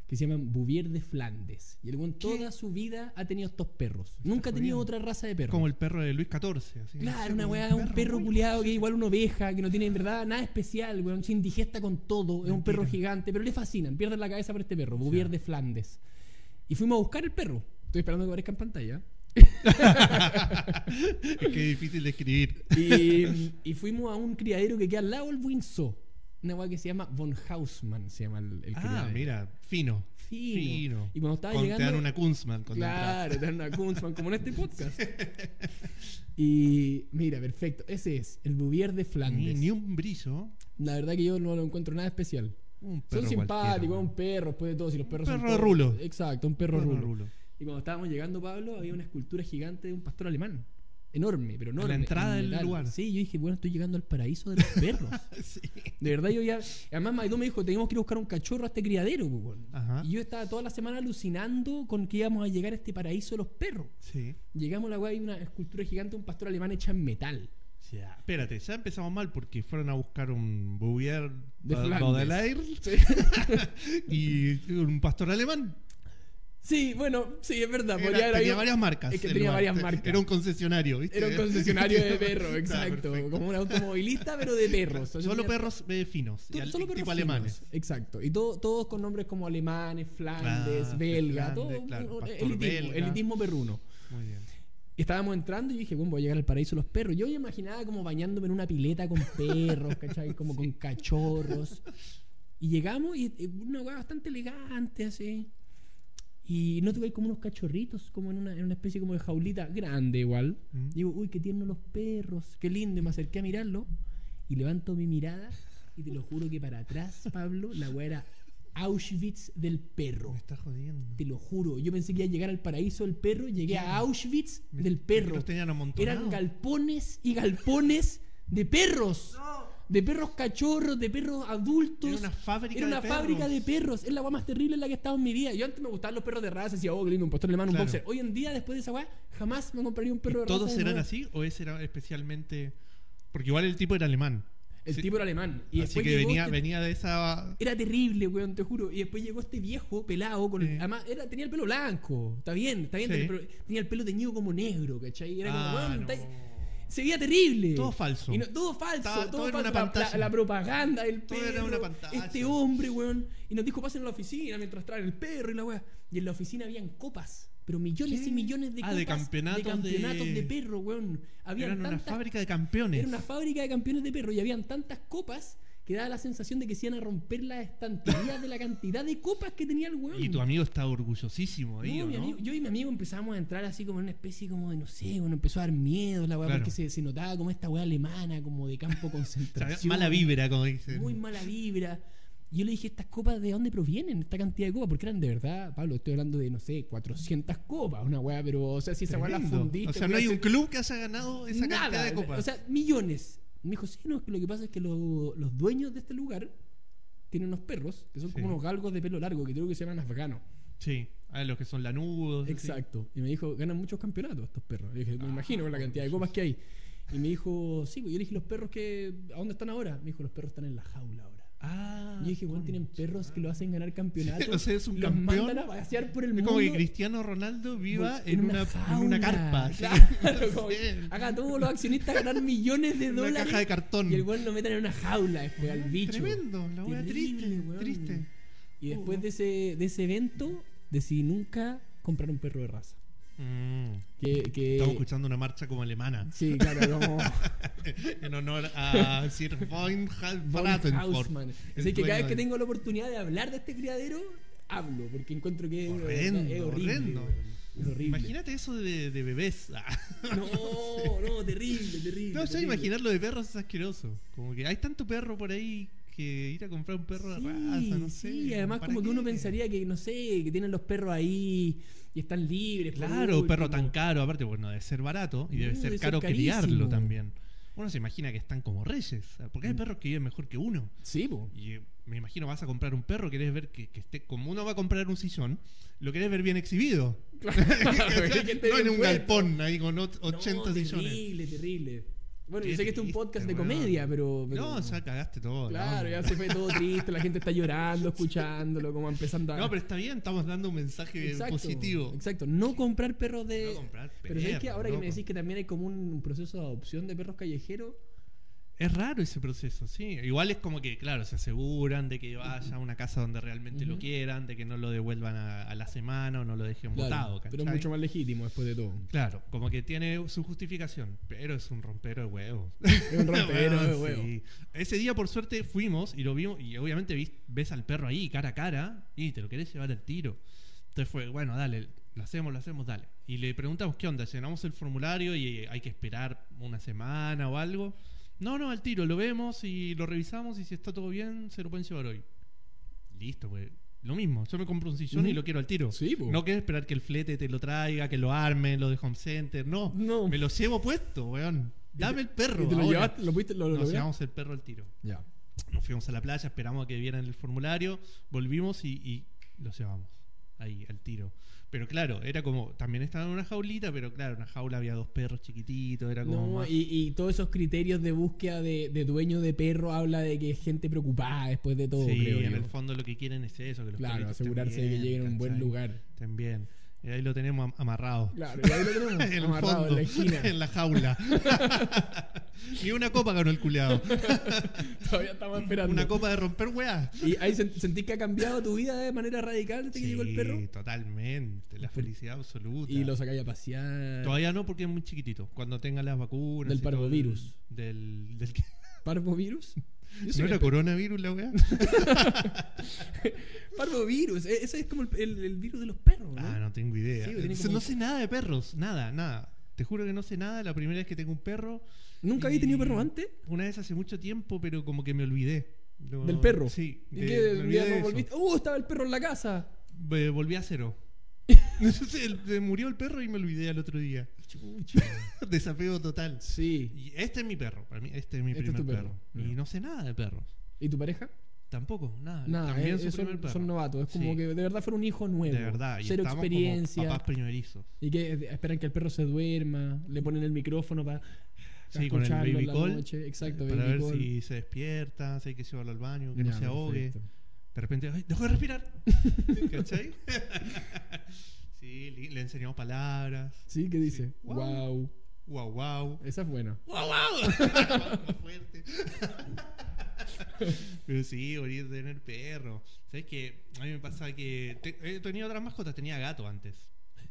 C: que se llaman Bouvier de Flandes. Y el weón toda su vida ha tenido estos perros. Nunca ha tenido
B: jodiendo.
C: otra raza de perro.
B: Como el perro de Luis XIV. así, no sé,
C: Claro, una
B: como
C: weá, un perro
B: muy-
C: culiado que es igual una oveja, que no tiene en verdad nada especial, weón, se indigesta con todo, es un
B: Mentira.
C: perro gigante, pero le fascinan, pierden la cabeza por este perro, Bouvier de Flandes. Y fuimos a buscar el perro. Estoy esperando que aparezca en pantalla.
B: Es que es difícil de escribir.
C: Ah, Y, y fuimos a un criadero que queda al lado del Winso. Una weá que se llama Von Hausmann, se llama el, el
B: Ah,
C: criadero.
B: mira, fino.
C: Fino.
B: Fino.
C: Y cuando estaba
B: Con- Te dan
C: llegando-
B: una Kunzman con
C: Claro, te dan una Kunzman, como en este podcast. Y mira, perfecto. Ese es, el Bouvier de
B: detrás. Ni,
C: Flandes.
B: ni un brillo.
C: La verdad que yo no lo encuentro nada especial.
B: Un perro
C: Son simpáticos,
B: cualquiera.
C: un perro, después de todo. Si los perros son
B: perro de
C: todos-
B: rulo.
C: Exacto, un perro,
B: Perro
C: rulo.
B: rulo.
C: Y cuando estábamos llegando, Pablo, había una escultura gigante de un pastor alemán. Enorme, pero
B: la
C: enorme.
B: entrada
C: en
B: del
C: metal.
B: lugar.
C: Sí, yo dije, bueno, estoy llegando al paraíso de los perros.
B: Sí.
C: de verdad, yo ya. Además, Maidú me dijo, tenemos que ir a buscar un cachorro a este criadero, pues, weón.
B: Ajá.
C: Y yo estaba toda la semana alucinando con que íbamos a llegar a este paraíso de los perros.
B: Sí.
C: Llegamos a la weá y una escultura gigante de un pastor alemán hecha en metal.
B: Espérate, ya empezamos mal porque fueron a buscar un Bouvier
C: De
B: Ba-
C: Flandes.
B: Baudelaire y un pastor alemán.
C: Sí, bueno, sí, es verdad.
B: Era-
C: podría haber
B: tenía
C: habido-
B: varias marcas.
C: Es que
B: el
C: tenía
B: lugar.
C: varias marcas.
B: Era un concesionario, ¿viste?
C: Era un concesionario de perros,
B: Está
C: exacto.
B: perfecto.
C: como un automovilista, pero de perros. O sea,
B: Solo
C: tenía-
B: perros eh, finos.
C: to-
B: y al-
C: solo
B: tipo
C: perros
B: alemanes.
C: finos, Exacto. Y todo- todos con nombres como alemanes, flandes,
B: Flandes,
C: belga,
B: Ah, Flandes,
C: todo.
B: claro,
C: un- un-
B: pastor
C: elitismo,
B: belga.
C: elitismo perruno.
B: Muy bien.
C: Y Estábamos entrando y yo dije, bueno, voy a llegar al paraíso de los perros. Yo me imaginaba como bañándome en una pileta con perros, ¿cachai? Como con cachorros. Y llegamos y eh, una hueá bastante elegante, así. Y no tuve como unos cachorritos, como en una, en una especie como de jaulita grande igual.
B: Mm.
C: Digo, uy, qué tiernos los perros, qué lindo. Y me acerqué a mirarlo y levanto mi mirada y te lo juro que para atrás, Pablo, la hueá era Auschwitz del perro.
B: Me está jodiendo.
C: Te lo juro, yo pensé que iba a llegar al paraíso del perro, llegué a Auschwitz
B: Me-
C: del perro.
B: Los tenían amontonados.
C: Eran galpones y galpones de perros. De perros cachorros, de perros adultos.
B: Era una fábrica
C: Era
B: de
C: una
B: perros.
C: fábrica de perros. Es la guay más terrible en la que he estado en mi vida. Yo antes me gustaban los perros de raza, decía, oh, qué lindo, un pastor alemán, un
B: Claro.
C: boxer. Hoy en día, después de esa guay, jamás me compraría un perro de raza.
B: ¿Todos
C: de
B: eran
C: nuevo.
B: así o ese era especialmente.? Porque igual el tipo era alemán.
C: El
B: Sí.
C: tipo era alemán. Y
B: Así
C: después
B: que
C: llegó
B: venía,
C: este-
B: venía de esa.
C: Era terrible, weón, te juro. Y después llegó este viejo pelado con.
B: Sí.
C: Además, era, tenía el pelo blanco. Está bien, está bien.
B: Sí.
C: Pero tenía el pelo teñido como negro, ¿cachai? Era como,
B: Ah,
C: weón,
B: no.
C: está- Se veía terrible.
B: Todo falso.
C: Y no- todo falso.
B: Estaba-
C: todo
B: todo era
C: falso.
B: una
C: La-
B: pantalla.
C: La, la propaganda del
B: Todo
C: perro.
B: era una pantalla.
C: Este hombre, weón. Y nos dijo, pasen a la oficina mientras traen el perro y la weá. Y en la oficina habían copas. Pero millones
B: ¿Qué?
C: y millones de
B: Ah, de
C: copas
B: campeonatos de-
C: campeonatos de... perro, weón. Habían
B: Eran una
C: tantas-
B: fábrica de campeones.
C: Era una fábrica de campeones de perro y habían tantas copas que daba la sensación de que se iban a romper las estanterías de la cantidad de copas que tenía el weón.
B: Y tu amigo está orgullosísimo ahí,
C: No,
B: ¿o
C: mi
B: no?
C: amigo- yo y mi amigo empezamos a entrar así como en una especie como de, no sé, bueno, empezó a dar miedo la weá,
B: Claro.
C: porque se, se notaba como esta weá alemana, como de campo
B: O sea,
C: concentración.
B: mala vibra, como dicen.
C: Muy mala vibra. Y yo le dije, ¿estas copas de dónde provienen? Esta cantidad de copas, porque eran de verdad, Pablo, estoy hablando de, no sé, 400 copas, una weá, pero, o sea, si esa weá la
B: Tremendo.
C: fundiste.
B: O sea, no hay
C: weá,
B: un club que haya ganado esa
C: nada,
B: cantidad de copas.
C: O sea, millones. Me dijo, sí, no, es que lo que pasa es que lo- los dueños de este lugar tienen unos perros, que son como
B: Sí.
C: unos galgos de pelo largo, que creo que se llaman afganos.
B: sí, a los que son lanudos. así.
C: Exacto. Y me dijo, ganan muchos campeonatos estos perros. Le
B: Ah,
C: dije, me imagino con la cantidad de copas que hay. Y me dijo, sí, pues yo le dije, ¿los perros que, a dónde están ahora? Me dijo, los perros están en la jaula ahora.
B: Ah,
C: Y yo dije, bueno,
B: concha.
C: tienen perros que lo hacen ganar campeonatos.
B: Sí, o sea, es un
C: los
B: campeón.
C: mandan a pasear por el
B: Es
C: mundo.
B: como que Cristiano Ronaldo viva
C: Vol-
B: en, una, en una
C: jaula.
B: carpa. así.
C: Claro, como
B: Sí,
C: que haga todos los accionistas ganar millones de
B: en una
C: dólares.
B: caja de cartón.
C: Y el weón lo metan en una jaula después al bicho.
B: Tremendo, la wea
C: Terrible,
B: triste,
C: weón.
B: triste.
C: Y después de ese, de ese evento, decidí nunca comprar un perro de raza.
B: Mm.
C: Que, que,
B: Estamos escuchando una marcha como alemana
C: Sí, claro, como
B: en honor a Sir Von Bratenford.
C: Hausmann. Así que cada vez que tengo la oportunidad de hablar de este criadero, hablo, porque encuentro que es-
B: Horrendo,
C: es horrible.
B: horrendo.
C: weón. Es horrible.
B: Imagínate eso de, de bebés. Ah.
C: No, no, terrible, terrible.
B: No, ya
C: terrible.
B: imaginarlo de perros es asqueroso. Como que hay tanto perro por ahí que ir a comprar un perro de raza, no sé.
C: sí, además
B: ¿para
C: como que
B: qué?
C: uno pensaría que, no sé, que tienen los perros ahí y están libres. pues, por
B: Claro,
C: último.
B: perro tan caro, aparte, bueno, debe ser barato y debe
C: Debe
B: ser
C: ser
B: caro
C: carísimo.
B: criarlo también. Uno se imagina que están como reyes, porque hay
C: Mm.
B: perros que viven mejor que uno.
C: Sí, pues. po.
B: Y eh, me imagino vas a comprar un perro, querés ver que, que esté, como uno va a comprar un sillón, lo querés ver bien exhibido.
C: Que esté
B: no en
C: bien
B: un
C: puesto.
B: galpón ahí con ot-
C: No,
B: 80 sillones.
C: Terrible, terrible. Bueno,
B: Qué
C: yo sé que este es un
B: triste,
C: podcast de
B: weón.
C: comedia, pero. pero-
B: No, ya cagaste todo. la
C: Claro,
B: onda.
C: ya se fue todo triste, la gente está llorando, escuchándolo, como empezando a.
B: No, pero está bien, estamos dando un mensaje positivo.
C: Exacto, no comprar perros de.
B: No comprar
C: pero sabes que
B: perros,
C: ahora que me
B: loco.
C: decís que también hay como un proceso de adopción de perros callejeros.
B: Es raro ese proceso, sí. Igual es como que, claro, se aseguran de que vaya a una casa donde realmente lo
C: Ujú.
B: quieran, de que no lo devuelvan a, a la semana o no lo dejen
C: claro,
B: botado.
C: pero es
B: ¿cachai?
C: mucho más legítimo después de todo.
B: Claro, como que tiene su justificación, pero es un rompero de huevos.
C: Es un rompero de huevo.
B: Sí. Ese día, por suerte, fuimos y lo vimos. Y obviamente vis- ves al perro ahí, cara a cara, y te lo querés llevar al tiro. Entonces fue, bueno, dale, lo hacemos, lo hacemos, dale. Y le preguntamos qué onda, llenamos el formulario y eh, hay que esperar una semana o algo. No, no, al tiro, lo vemos y lo revisamos y si está todo bien, se lo pueden llevar hoy. Listo, güey. Lo mismo, yo me compro un sillón y
C: Ujú.
B: lo quiero al tiro.
C: Sí, po.
B: no quieres esperar que el flete te lo traiga, que lo armen, lo de home center. No,
C: No.
B: me lo llevo puesto, weón. Dame el perro.
C: ¿Y te lo
B: ahora.
C: llevaste? ¿Lo pudiste? ¿Lo, lo
B: Nos
C: lograste?
B: llevamos el perro al tiro.
C: Ya.
B: Nos fuimos a la playa, esperamos a que vieran el formulario, volvimos y, y lo llevamos ahí al tiro. Pero claro, era como, también estaba en una jaulita, pero claro, en una jaula había dos perros chiquititos, era como...
C: No,
B: más-
C: y, y todos esos criterios de búsqueda de, de dueño de perro habla de que es gente preocupada después de todo,
B: sí,
C: creo
B: en
C: yo.
B: el fondo lo que quieren es eso, que los
C: Claro,
B: perritos estén
C: asegurarse de que
B: bien,
C: lleguen a un buen
B: ¿cachai?
C: lugar.
B: Estén bien. Y ahí lo tenemos am- amarrado.
C: Claro, y ahí lo tenemos
B: en el
C: amarrado
B: fondo,
C: en la esquina.
B: en la jaula. Ni una copa ganó el culeado.
C: Todavía estamos esperando.
B: Una copa de romper weá.
C: ¿Y ahí sen- sentís que ha cambiado tu vida de manera radical desde que llegó el perro?
B: totalmente. La felicidad absoluta.
C: Y lo sacáis a pasear.
B: Todavía no porque es muy chiquitito. Cuando tenga las
C: Mm.
B: vacunas.
C: Del
B: y todo el-
C: parvovirus.
B: Del, del que-
C: ¿Parvovirus? Yo soy
B: ¿No era
C: exper-
B: coronavirus la weá?
C: Parvovirus, e- ese es como el, el- el virus de los perros, ¿no?
B: ah, no tengo idea.
C: Sí, tiene
B: Entonces,
C: como-
B: No sé nada de perros. Nada, nada. Te juro que no sé nada. La primera vez que tengo un perro.
C: ¿Nunca había
B: y-
C: tenido perro antes?
B: Una vez hace mucho tiempo, pero como que me olvidé. No-
C: ¿Del perro?
B: Sí.
C: ¿Y
B: de-
C: qué?
B: me
C: Un
B: olvidé
C: día
B: de
C: no
B: eso.
C: volviste? ¡Uh, estaba el perro en la casa!
B: Eh, volví a cero. Se- se murió el perro y me olvidé al otro día. Desapego total.
C: Sí.
B: Y este es mi perro. Para mí, este es mi
C: Este es
B: primer
C: tu
B: perro.
C: perro.
B: Y
C: Ya.
B: no sé nada de perros.
C: ¿Y tu pareja?
B: Tampoco, nada.
C: Nada,
B: También
C: eh,
B: su
C: son,
B: primer perro.
C: son novatos. Es como
B: Sí,
C: que de verdad fueron un hijo nuevo.
B: De verdad. Y
C: cero
B: estamos
C: experiencia.
B: Como papás primerizos.
C: Y que eh, esperan que el perro se duerma, le ponen el micrófono para
B: Sí, con el baby call.
C: Exacto,
B: Para
C: baby
B: ver
C: call.
B: si se despierta, si hay que llevarlo al baño, que
C: Ya,
B: no se ahogue.
C: perfecto.
B: De repente, ay, dejó de respirar. ¿Cachai? sí, le, le enseñamos palabras.
C: Sí, ¿qué dice?
B: Wow.
C: Wow.
B: Guau, guau.
C: Esa es buena.
B: ¡Guau, guau! Más fuerte. Pero sí, morir de tener perro. ¿Sabes qué? A mí me pasa que. te- he tenido otras mascotas, tenía gato antes.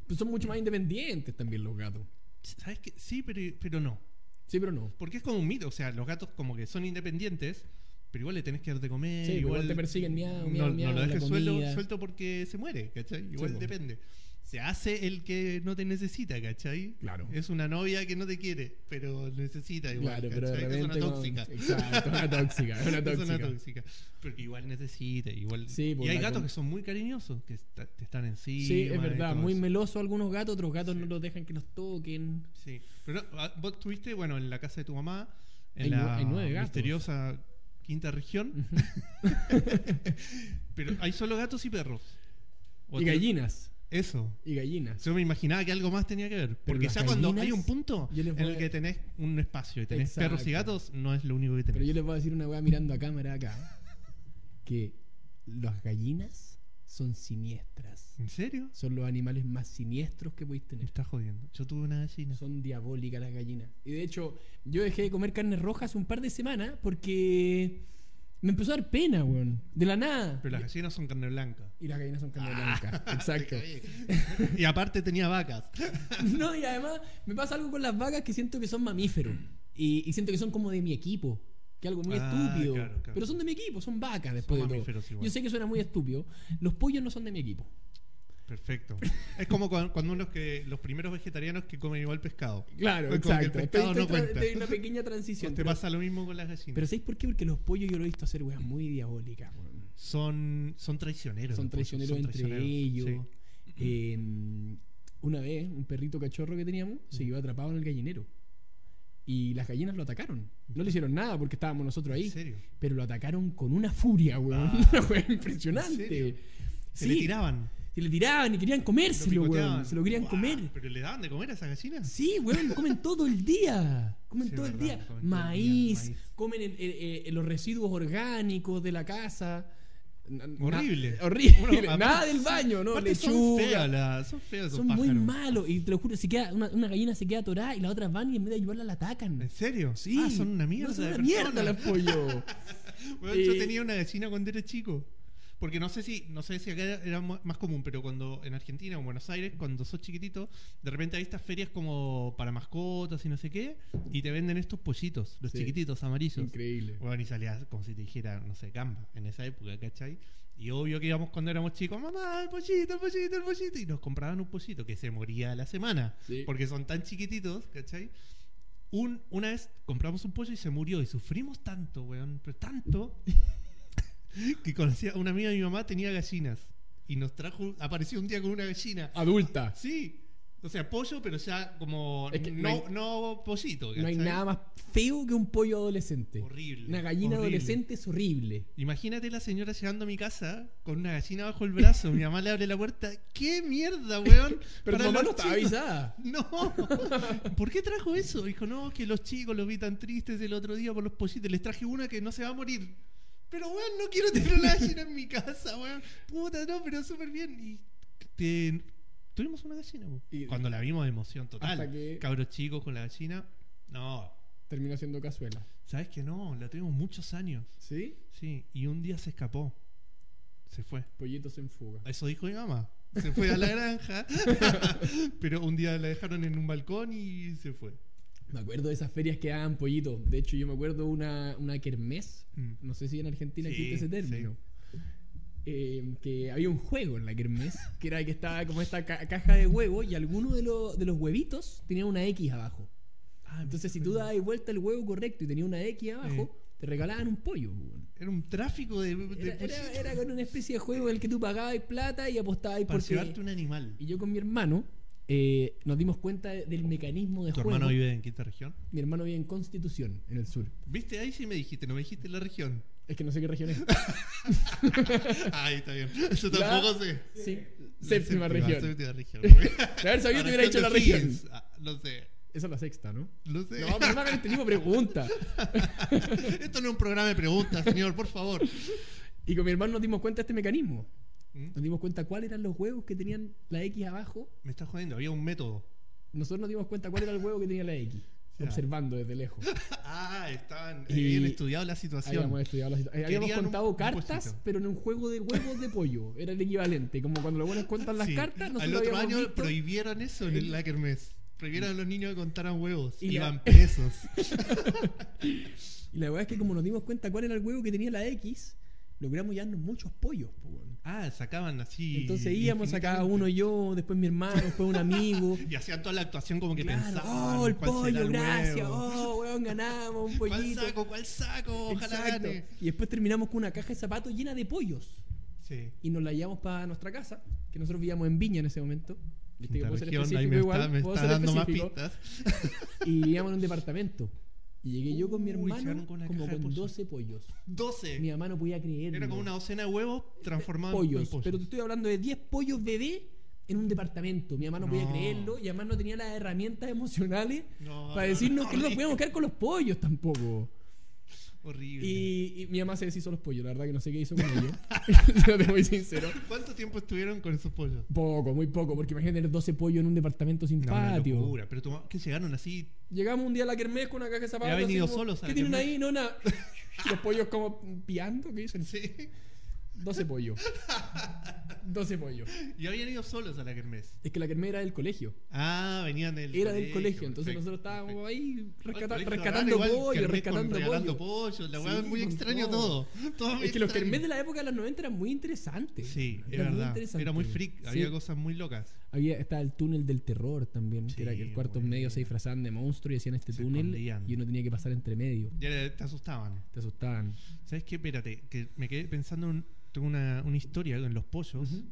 C: Pues son mucho más independientes también los gatos.
B: ¿Sabes qué? Sí, pero, pero no.
C: Sí, pero no.
B: Porque es como un mito. O sea, los gatos como que son independientes, pero igual le tenés que dar de comer.
C: Sí, igual, te persiguen, miau, miau,
B: no,
C: miau,
B: no lo
C: la
B: dejes suelo-
C: comida.
B: suelto porque se muere, ¿cachai? Igual
C: po.
B: depende. Se hace el que no te necesita, ¿cachai?
C: Claro.
B: Es una novia que no te quiere, pero necesita igual.
C: Claro, pero de
B: ¿cachai?
C: repente.
B: es una
C: como-
B: tóxica.
C: Exacto, una tóxica. Es una
B: Es una
C: tóxica.
B: tóxica. Porque igual necesita, igual.
C: Sí, po,
B: y hay
C: la
B: gatos
C: com-
B: que son muy cariñosos, que esta- te están encima.
C: Sí,
B: y
C: es verdad.
B: todo
C: Muy
B: eso.
C: meloso algunos gatos, otros gatos
B: Sí.
C: no los dejan que los toquen.
B: Sí. Pero ah, vos tuviste, bueno, en la casa de tu mamá, en
C: Hay nue-
B: la
C: hay nueve gatos.
B: misteriosa quinta región. Pero hay solo gatos y perros. O
C: Y
B: te-
C: gallinas.
B: Eso.
C: Y gallinas.
B: Yo me imaginaba que algo más tenía que ver. Porque
C: las
B: ya cuando
C: gallinas,
B: hay un punto
C: yo les
B: en
C: voy
B: el
C: a-
B: que tenés un espacio y tenés
C: Exacto.
B: perros y gatos, no es lo único que tenés.
C: Pero yo les voy a decir una weá mirando a cámara acá. Que las gallinas son siniestras.
B: ¿En serio?
C: Son los animales más siniestros que podéis
B: Me
C: tener.
B: estás jodiendo. Yo tuve una gallina.
C: Son diabólicas las gallinas. Y de hecho, yo dejé de comer carne roja hace un par de semanas porque me empezó a dar pena, weón. De la nada.
B: Pero las gallinas Ah, son carne blanca.
C: Y las gallinas son carne blanca. Exacto.
B: y aparte tenía vacas.
C: No, y además me pasa algo con las vacas que siento que son mamíferos. Y, y siento que son como de mi equipo. Que es algo muy
B: Ah,
C: estúpido.
B: claro, claro.
C: Pero son de mi equipo, son vacas después de todo.
B: mamíferos igual.
C: Yo sé que suena muy estúpido. Los pollos no son de mi equipo.
B: Perfecto. Es como cuando, cuando unos que los primeros vegetarianos que comen igual pescado.
C: Claro,
B: Pues como que el
C: exacto.
B: pescado no
C: tra-
B: cuenta.
C: estoy en una pequeña transición.
B: te
C: pero,
B: pasa lo mismo con las gallinas.
C: pero ¿sabéis por qué? Porque los pollos yo lo he visto hacer weas muy diabólicas. weón.
B: son, son traicioneros.
C: Son
B: los pollos,
C: traicioneros
B: son
C: entre
B: traicioneros,
C: ellos.
B: sí.
C: Eh, una vez, un perrito cachorro que teníamos se
B: Mm.
C: quedó atrapado en el gallinero. Y las gallinas lo atacaron. No le hicieron nada porque estábamos nosotros ahí.
B: Mm. ¿En serio?
C: Pero lo atacaron con una furia, weón.
B: Ah.
C: Una weá
B: ¿En serio?
C: impresionante.
B: Se
C: Sí,
B: le tiraban.
C: Se le tiraban y querían
B: lo
C: comérselo,
B: picoteaban.
C: weón. Se lo querían
B: Guau,
C: comer.
B: ¿Pero le daban de comer a esas gallinas?
C: Sí, weón, comen todo el día. Comen
B: Sí,
C: todo
B: es
C: el
B: verdad,
C: día.
B: comen todo el día,
C: Maíz,
B: maíz.
C: comen el- el- el- los residuos orgánicos de la casa. Na- na-
B: Horrible.
C: horrible.
B: Bueno, aparte-
C: Nada del baño, ¿no?
B: Aparte Son feas,
C: Lechuga.
B: las- son feas esos
C: Son muy
B: pájaros.
C: malos. Y te lo juro, se queda, una, una gallina se queda atorada y las otras van y en vez de ayudarla la atacan.
B: ¿En serio?
C: Sí.
B: Ah, son una
C: No,
B: mierda.
C: son
B: de
C: una mierda
B: personas.
C: los pollos.
B: Weón, yo
C: Eh,
B: tenía una gallina cuando era chico. Porque no sé si, no sé si acá era, era mu- más común, pero cuando en Argentina o en Buenos Aires, cuando sos chiquitito, de repente hay estas ferias como para mascotas y no sé qué, y te venden estos pollitos, los
C: Sí.
B: chiquititos amarillos.
C: Increíble.
B: Bueno, y salía como si te dijera, no sé, gamba en esa época, ¿cachai? Y obvio que íbamos cuando éramos chicos, mamá, el pollito, el pollito, el pollito. Y nos compraban un pollito que se moría a la semana.
C: Sí.
B: Porque son tan chiquititos, ¿cachai? Un, una vez compramos un pollo y se murió. Y sufrimos tanto, weón, pero tanto. que conocía una amiga de mi mamá tenía gallinas. Y nos trajo, apareció un día con una gallina.
C: Adulta.
B: Sí. O sea, pollo, pero ya como.
C: Es que
B: no,
C: no hay-
B: no pollito.
C: No hay
B: ¿cachai?
C: nada más feo que un pollo adolescente.
B: Horrible,
C: Una gallina
B: horrible.
C: adolescente es horrible.
B: Imagínate la señora llegando a mi casa con una gallina bajo el brazo. Mi mamá le abre la puerta. ¡Qué mierda, weón!
C: Pero tu
B: Para
C: mamá
B: los
C: no está
B: chicos.
C: avisada.
B: No, ¿por qué trajo eso? Dijo, no, que los chicos los vi tan tristes el otro día por los pollitos. Les traje una que no se va a morir. Pero, weón, no quiero tener una gallina en mi casa, weón. Puta, no, pero súper bien. Y te- tuvimos una gallina, po.
C: Y-
B: Cuando la vimos, emoción total.
C: Hasta que-
B: Cabros chicos con la gallina. No,
C: Terminó siendo cazuela.
B: ¿sabes que no? La tuvimos muchos años.
C: ¿Sí?
B: Sí, y un día se escapó. Se fue.
C: Pollitos en fuga.
B: Eso dijo mi mamá. Se fue a la granja. pero un día la dejaron en un balcón y se fue.
C: Me acuerdo de esas ferias que daban pollitos. De hecho, yo me acuerdo una, una kermés.
B: Mm.
C: No sé si en Argentina
B: Sí,
C: existe ese término. Eh, que había un juego en la kermés. Que era que estaba como esta ca- caja de huevos. Y alguno de, los- de los huevitos tenía una X abajo.
B: Ah,
C: Entonces, si
B: mira,
C: tú dabas vuelta el huevo correcto y tenía una X abajo, te regalaban un pollo. weón.
B: Era un tráfico de. de
C: Era, era,
B: pollitos
C: era con una especie de juego en el que tú pagabas plata y apostabas
B: para
C: por
B: llevarte un animal.
C: Y yo con mi hermano eh, nos dimos cuenta de- del mecanismo de
B: ¿Tu
C: juego.
B: hermano vive en quinta región?
C: Mi hermano vive en Constitución, en el sur.
B: Viste, ahí sí me dijiste, no me dijiste la región.
C: Es que no sé qué región es.
B: Ahí está bien. Yo
C: La-
B: tampoco sé.
C: Sí,
B: La
C: séptima región.
B: Séptima región.
C: De haber sabido, te hubiera dicho la
B: de
C: región.
B: Higgins. Ah, no sé.
C: Esa es la sexta, ¿no?
B: No sé.
C: No, pero no hagan este tipo de preguntas.
B: Esto no es un programa de preguntas, señor, por favor.
C: Y con mi hermano nos dimos cuenta de este mecanismo.
B: ¿Mm?
C: Nos dimos cuenta cuáles eran los huevos que tenían la X abajo.
B: Me estás jodiendo, había un método.
C: Nosotros nos dimos cuenta cuál era el huevo que tenía la X.
B: Ya.
C: observando desde lejos.
B: Ah, estaban.
C: Y-
B: habían estudiado la
C: Habíamos
B: situación.
C: estudiado la situ- eh, habíamos
B: Querían un-
C: contado
B: un
C: cartas,
B: puestito.
C: pero en un juego de huevos de pollo. Era el equivalente. Como cuando los buenos cuentan las
B: Sí.
C: cartas, nosotros
B: Al otro
C: habíamos
B: año
C: visto-
B: prohibieron eso en el la kermés. Prohibieron a los niños que contaran huevos.
C: Y la-
B: Iban presos.
C: Y la verdad es que como nos dimos cuenta cuál era el huevo que tenía la X, logramos llevarnos muchos pollos, po, weón.
B: Ah, sacaban así.
C: Entonces íbamos a cada uno yo, después mi hermano, después un amigo.
B: Y hacían toda la actuación como que
C: Claro,
B: pensaban.
C: oh, el
B: ¿cuál será
C: pollo, gracias.
B: huevo?
C: Oh, weón, ganamos un
B: ¿Cuál
C: pollito.
B: saco? ¿Cuál saco? Ojalá
C: Exacto.
B: gane.
C: Y después terminamos con una caja de zapatos llena de pollos.
B: Sí.
C: Y nos la llevamos para nuestra casa, que nosotros vivíamos en Viña en ese momento. Viste que
B: Quinta
C: puedo ser
B: región, ahí
C: específico
B: me
C: igual,
B: está, me
C: puedo
B: está
C: ser
B: dando más
C: específico.
B: pistas.
C: Y vivíamos en un departamento. Y llegué yo con mi
B: Uy, llegaron
C: hermano
B: con una
C: como
B: caja de
C: con
B: pollos.
C: 12 pollos.
B: 12.
C: Mi mamá no podía creer.
B: Era como una docena de huevos transformados en-
C: pollos.
B: en pollo.
C: Pero te estoy hablando de 10 pollos bebé en un departamento. Mi mamá no, podía
B: No.
C: creerlo y además no tenía las herramientas emocionales
B: No,
C: para
B: no,
C: decirnos
B: no,
C: que no nos
B: horrible.
C: podíamos quedar con los pollos tampoco.
B: Horrible.
C: Y, y mi mamá se deshizo los pollos, la verdad que no sé qué hizo con ellos. Yo te muy sincero.
B: ¿Cuánto tiempo estuvieron con esos pollos?
C: Poco, muy poco, porque imagínate tener 12 pollos en un departamento sin
B: No, una
C: patio.
B: locura. Pero tu mamá- ¿qué llegaron así?
C: Llegamos un día a la kermés con una caja de zapatos.
B: Ya ha venido
C: así como,
B: solos a la
C: ¿Qué tienen
B: kermés?
C: ahí? No, nada. Los pollos como piando, ¿qué dicen?
B: Sí.
C: 12 pollos. 12 pollos.
B: Y habían ido solos a la kermés.
C: Es que la kermés era del colegio.
B: Ah, venían del
C: Era del colegio, entonces
B: perfecto,
C: nosotros estábamos
B: perfecto.
C: ahí rescata-
B: Oye, colegio
C: rescatando
B: raro, igual,
C: pollo,
B: kermés con
C: rescatando
B: regalando
C: pollo.
B: pollo, La weá
C: Sí,
B: es muy
C: por
B: extraño todo.
C: todo.
B: Todo muy
C: Es que los
B: extraño.
C: kermés de la época de los 90 eran muy interesantes.
B: Sí, es
C: Eran muy
B: verdad.
C: interesantes.
B: Era muy freak.
C: Sí.
B: Había cosas muy locas.
C: Había, estaba el túnel del terror también,
B: Sí,
C: que era que el cuarto
B: bueno.
C: medio se disfrazaban de monstruo y hacían este
B: Se
C: túnel
B: escondían.
C: y uno tenía que pasar entre medio.
B: Ya eh, te asustaban.
C: Te asustaban.
B: ¿Sabes qué? Espérate, que me quedé pensando en tengo una, una historia con los pollos.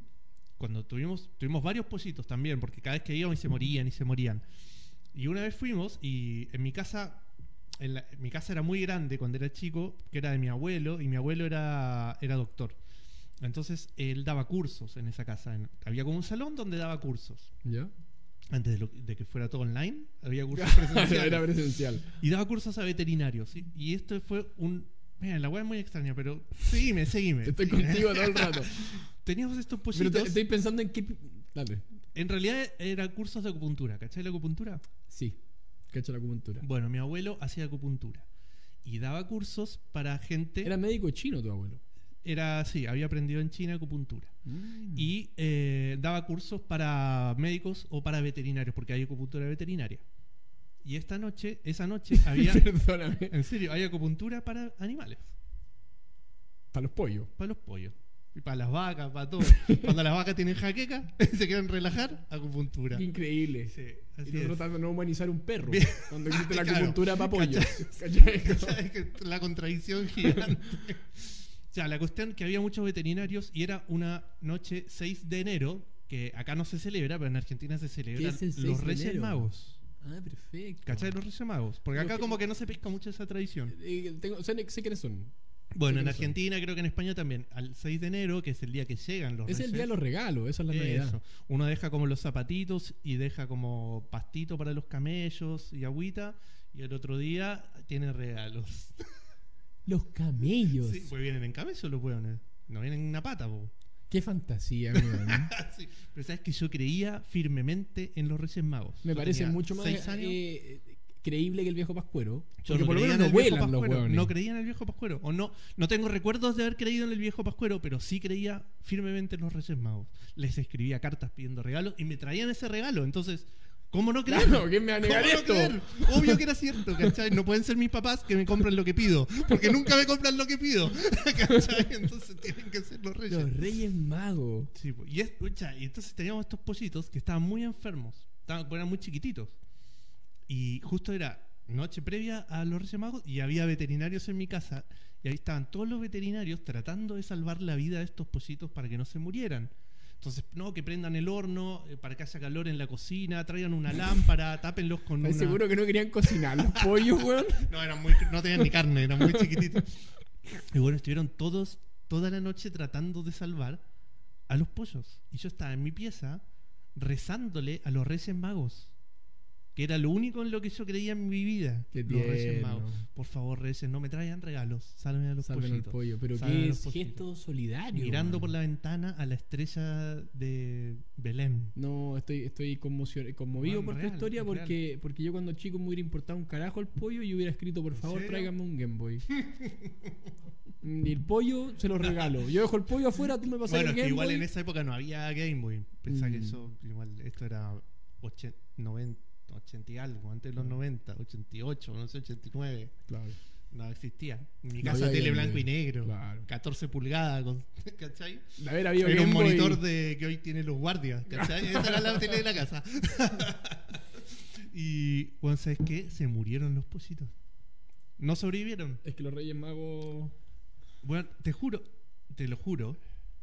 B: Cuando tuvimos, tuvimos varios pollitos también, porque cada vez que íbamos y se morían y se morían. Y una vez fuimos y en mi casa, en la- mi casa era muy grande cuando era chico, que era de mi abuelo, y mi abuelo era, era doctor. Entonces él daba cursos en esa casa. en- había como un salón donde daba cursos.
C: ¿Ya?
B: Antes de, lo- de que fuera todo online, había cursos presenciales.
C: era presencial.
B: Y daba cursos a veterinarios. ¿sí? Y esto fue un. Mira, la weá es muy extraña, pero. Seguime, seguime.
C: Estoy contigo todo el rato.
B: Teníamos estos
C: Pero te-
B: pollitos.
C: estoy pensando en qué. pi- Dale.
B: En realidad eran cursos de acupuntura. ¿Cachai la acupuntura?
C: Sí. Cacho la acupuntura.
B: Bueno, mi abuelo hacía acupuntura. Y daba cursos para gente.
C: Era médico chino tu abuelo.
B: era sí, había aprendido en China acupuntura.
C: Mm.
B: Y eh, daba cursos para médicos o para veterinarios, porque hay acupuntura veterinaria. Y esta noche, esa noche había.
C: Perdóname.
B: en serio, hay acupuntura para animales.
C: Para los pollos.
B: Para los pollos. Y para las vacas, para todo. Cuando las vacas tienen jaqueca, se quieren relajar, acupuntura.
C: Qué increíble.
B: Sí,
C: Y
B: así
C: nosotros
B: es.
C: tratando de no humanizar un perro.
B: Bien.
C: Cuando existe la
B: Claro.
C: acupuntura para pollos. ¿Cachai?
B: ¿Sabes que La contradicción gigante. O sea, la cuestión que había muchos veterinarios y era una noche 6 de enero, que acá no se celebra, pero en Argentina se celebra
C: es el 6
B: los
C: de
B: Reyes
C: enero?
B: Magos.
C: Ah, perfecto.
B: ¿Cachai? Los Reyes Magos. Porque
C: Los
B: acá
C: que-
B: como que no se pesca mucho esa tradición.
C: Eh, tengo, sé, sé quiénes son.
B: Bueno,
C: sí,
B: en
C: no sé.
B: Argentina, creo que en España también, al 6 de enero, que es el día que llegan los
C: Es
B: Reyes.
C: el día de los regalos, esa es la novedad.
B: Eso. Uno deja como los zapatitos y deja como pastito para los camellos y agüita. Y el otro día tiene regalos.
C: Los camellos.
B: Sí, pues vienen en camello los hueones. No vienen en una pata, po. Ah,
C: Qué fantasía, weón.
B: Sí. Pero sabes que yo creía firmemente en los Reyes Magos.
C: Me
B: Yo
C: parece
B: tenía
C: mucho más
B: seis años.
C: eh, eh, creíble que el viejo Pascuero.
B: Yo
C: Porque
B: no
C: por lo menos
B: creía en
C: no
B: el viejo
C: vuelan los
B: Pascuero,
C: huevones.
B: No creía en el viejo Pascuero. O no, no tengo recuerdos de haber creído en el viejo Pascuero, pero sí creía firmemente en los Reyes Magos. Les escribía cartas pidiendo regalos y me traían ese regalo. Entonces, ¿cómo no creer?
C: Claro, ¿quién me va a
B: ¿Cómo
C: negar
B: no
C: esto?
B: creer? Obvio que era cierto, ¿cachai? No pueden ser mis papás que me compren lo que pido, porque nunca me compran lo que pido, ¿cachai? Entonces tienen que ser los Reyes.
C: Los Reyes Magos.
B: Sí, po. y, es- pucha, y entonces teníamos estos pollitos que estaban muy enfermos, estaban, eran muy chiquititos. Y justo era noche previa a los Reyes Magos y había veterinarios en mi casa. Y ahí estaban todos los veterinarios tratando de salvar la vida de estos pollitos para que no se murieran. Entonces, no, que prendan el horno eh, para que haya calor en la cocina, traigan una lámpara, tápenlos con
C: Estoy
B: una...
C: seguro que no querían cocinar los pollos, weón.
B: No, eran muy, no tenían ni carne, eran muy chiquititos. Y bueno, estuvieron todos, toda la noche tratando de salvar a los pollos. Y yo estaba en mi pieza rezándole a los reyes magos. que era lo único en lo que yo creía en mi vida.
C: Qué
B: los Reyes
C: tierno.
B: Magos. Por favor, Reyes, no me traigan regalos. Salven a los
C: Salven al
B: pollitos.
C: pollo. Pero
B: Salven a
C: qué
B: los
C: es
B: pollitos.
C: gesto solidario.
B: Mirando por
C: man.
B: la ventana a la estrella de Belén.
C: No, estoy, estoy conmocio- conmovido
B: Man,
C: por tu
B: real,
C: historia
B: real.
C: porque, porque yo cuando chico me hubiera importado un carajo el pollo y hubiera escrito, por favor,
B: serio?
C: tráigame un Game Boy. Mm, y el pollo se lo regalo. Yo dejo el pollo afuera, tú me pasas
B: Bueno,
C: el
B: es que
C: Game
B: igual
C: Boy.
B: en esa época no había Game Boy. Pensá que
C: Mm.
B: eso, igual, esto era 80, 90, 80 y algo, antes de los 90, 88, no sé, 89.
C: Claro.
B: No existía. En mi
C: No
B: casa
C: había
B: tele
C: Game
B: blanco
C: Boy.
B: y negro,
C: Claro.
B: 14 pulgadas, con- ¿cachai?
C: De haber habido
B: Era un
C: Game Boy-
B: monitor de que hoy tienen los guardias, ¿cachai? Esa era la tele de la casa. y, bueno, ¿sabes qué? Se murieron los pollitos. No sobrevivieron.
C: Es que los Reyes Magos.
B: Bueno, te juro, te lo juro,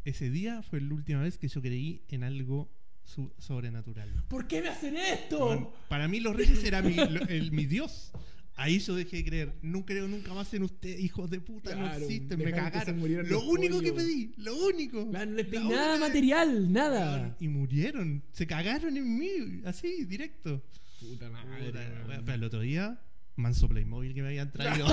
B: ese día fue la última vez que yo creí en algo su- sobrenatural.
C: ¿Por qué me hacen esto?
B: Bueno, para mí los reyes era mi, lo- el- mi dios. Ahí yo dejé de creer. No creo nunca más en usted, hijos de puta,
C: Claro,
B: no existen, me
C: dejaron que se
B: cagaron.
C: murieran
B: Lo
C: los
B: único que
C: pollos.
B: pedí, lo único.
C: Claro, no les pedí
B: La única
C: nada
B: vez-
C: material,
B: Bueno,
C: nada.
B: Y murieron, se cagaron en mí, así, directo.
C: Puta
B: Puta,
C: weón.
B: weón, Pero el otro día, manso Playmobil que me habían traído.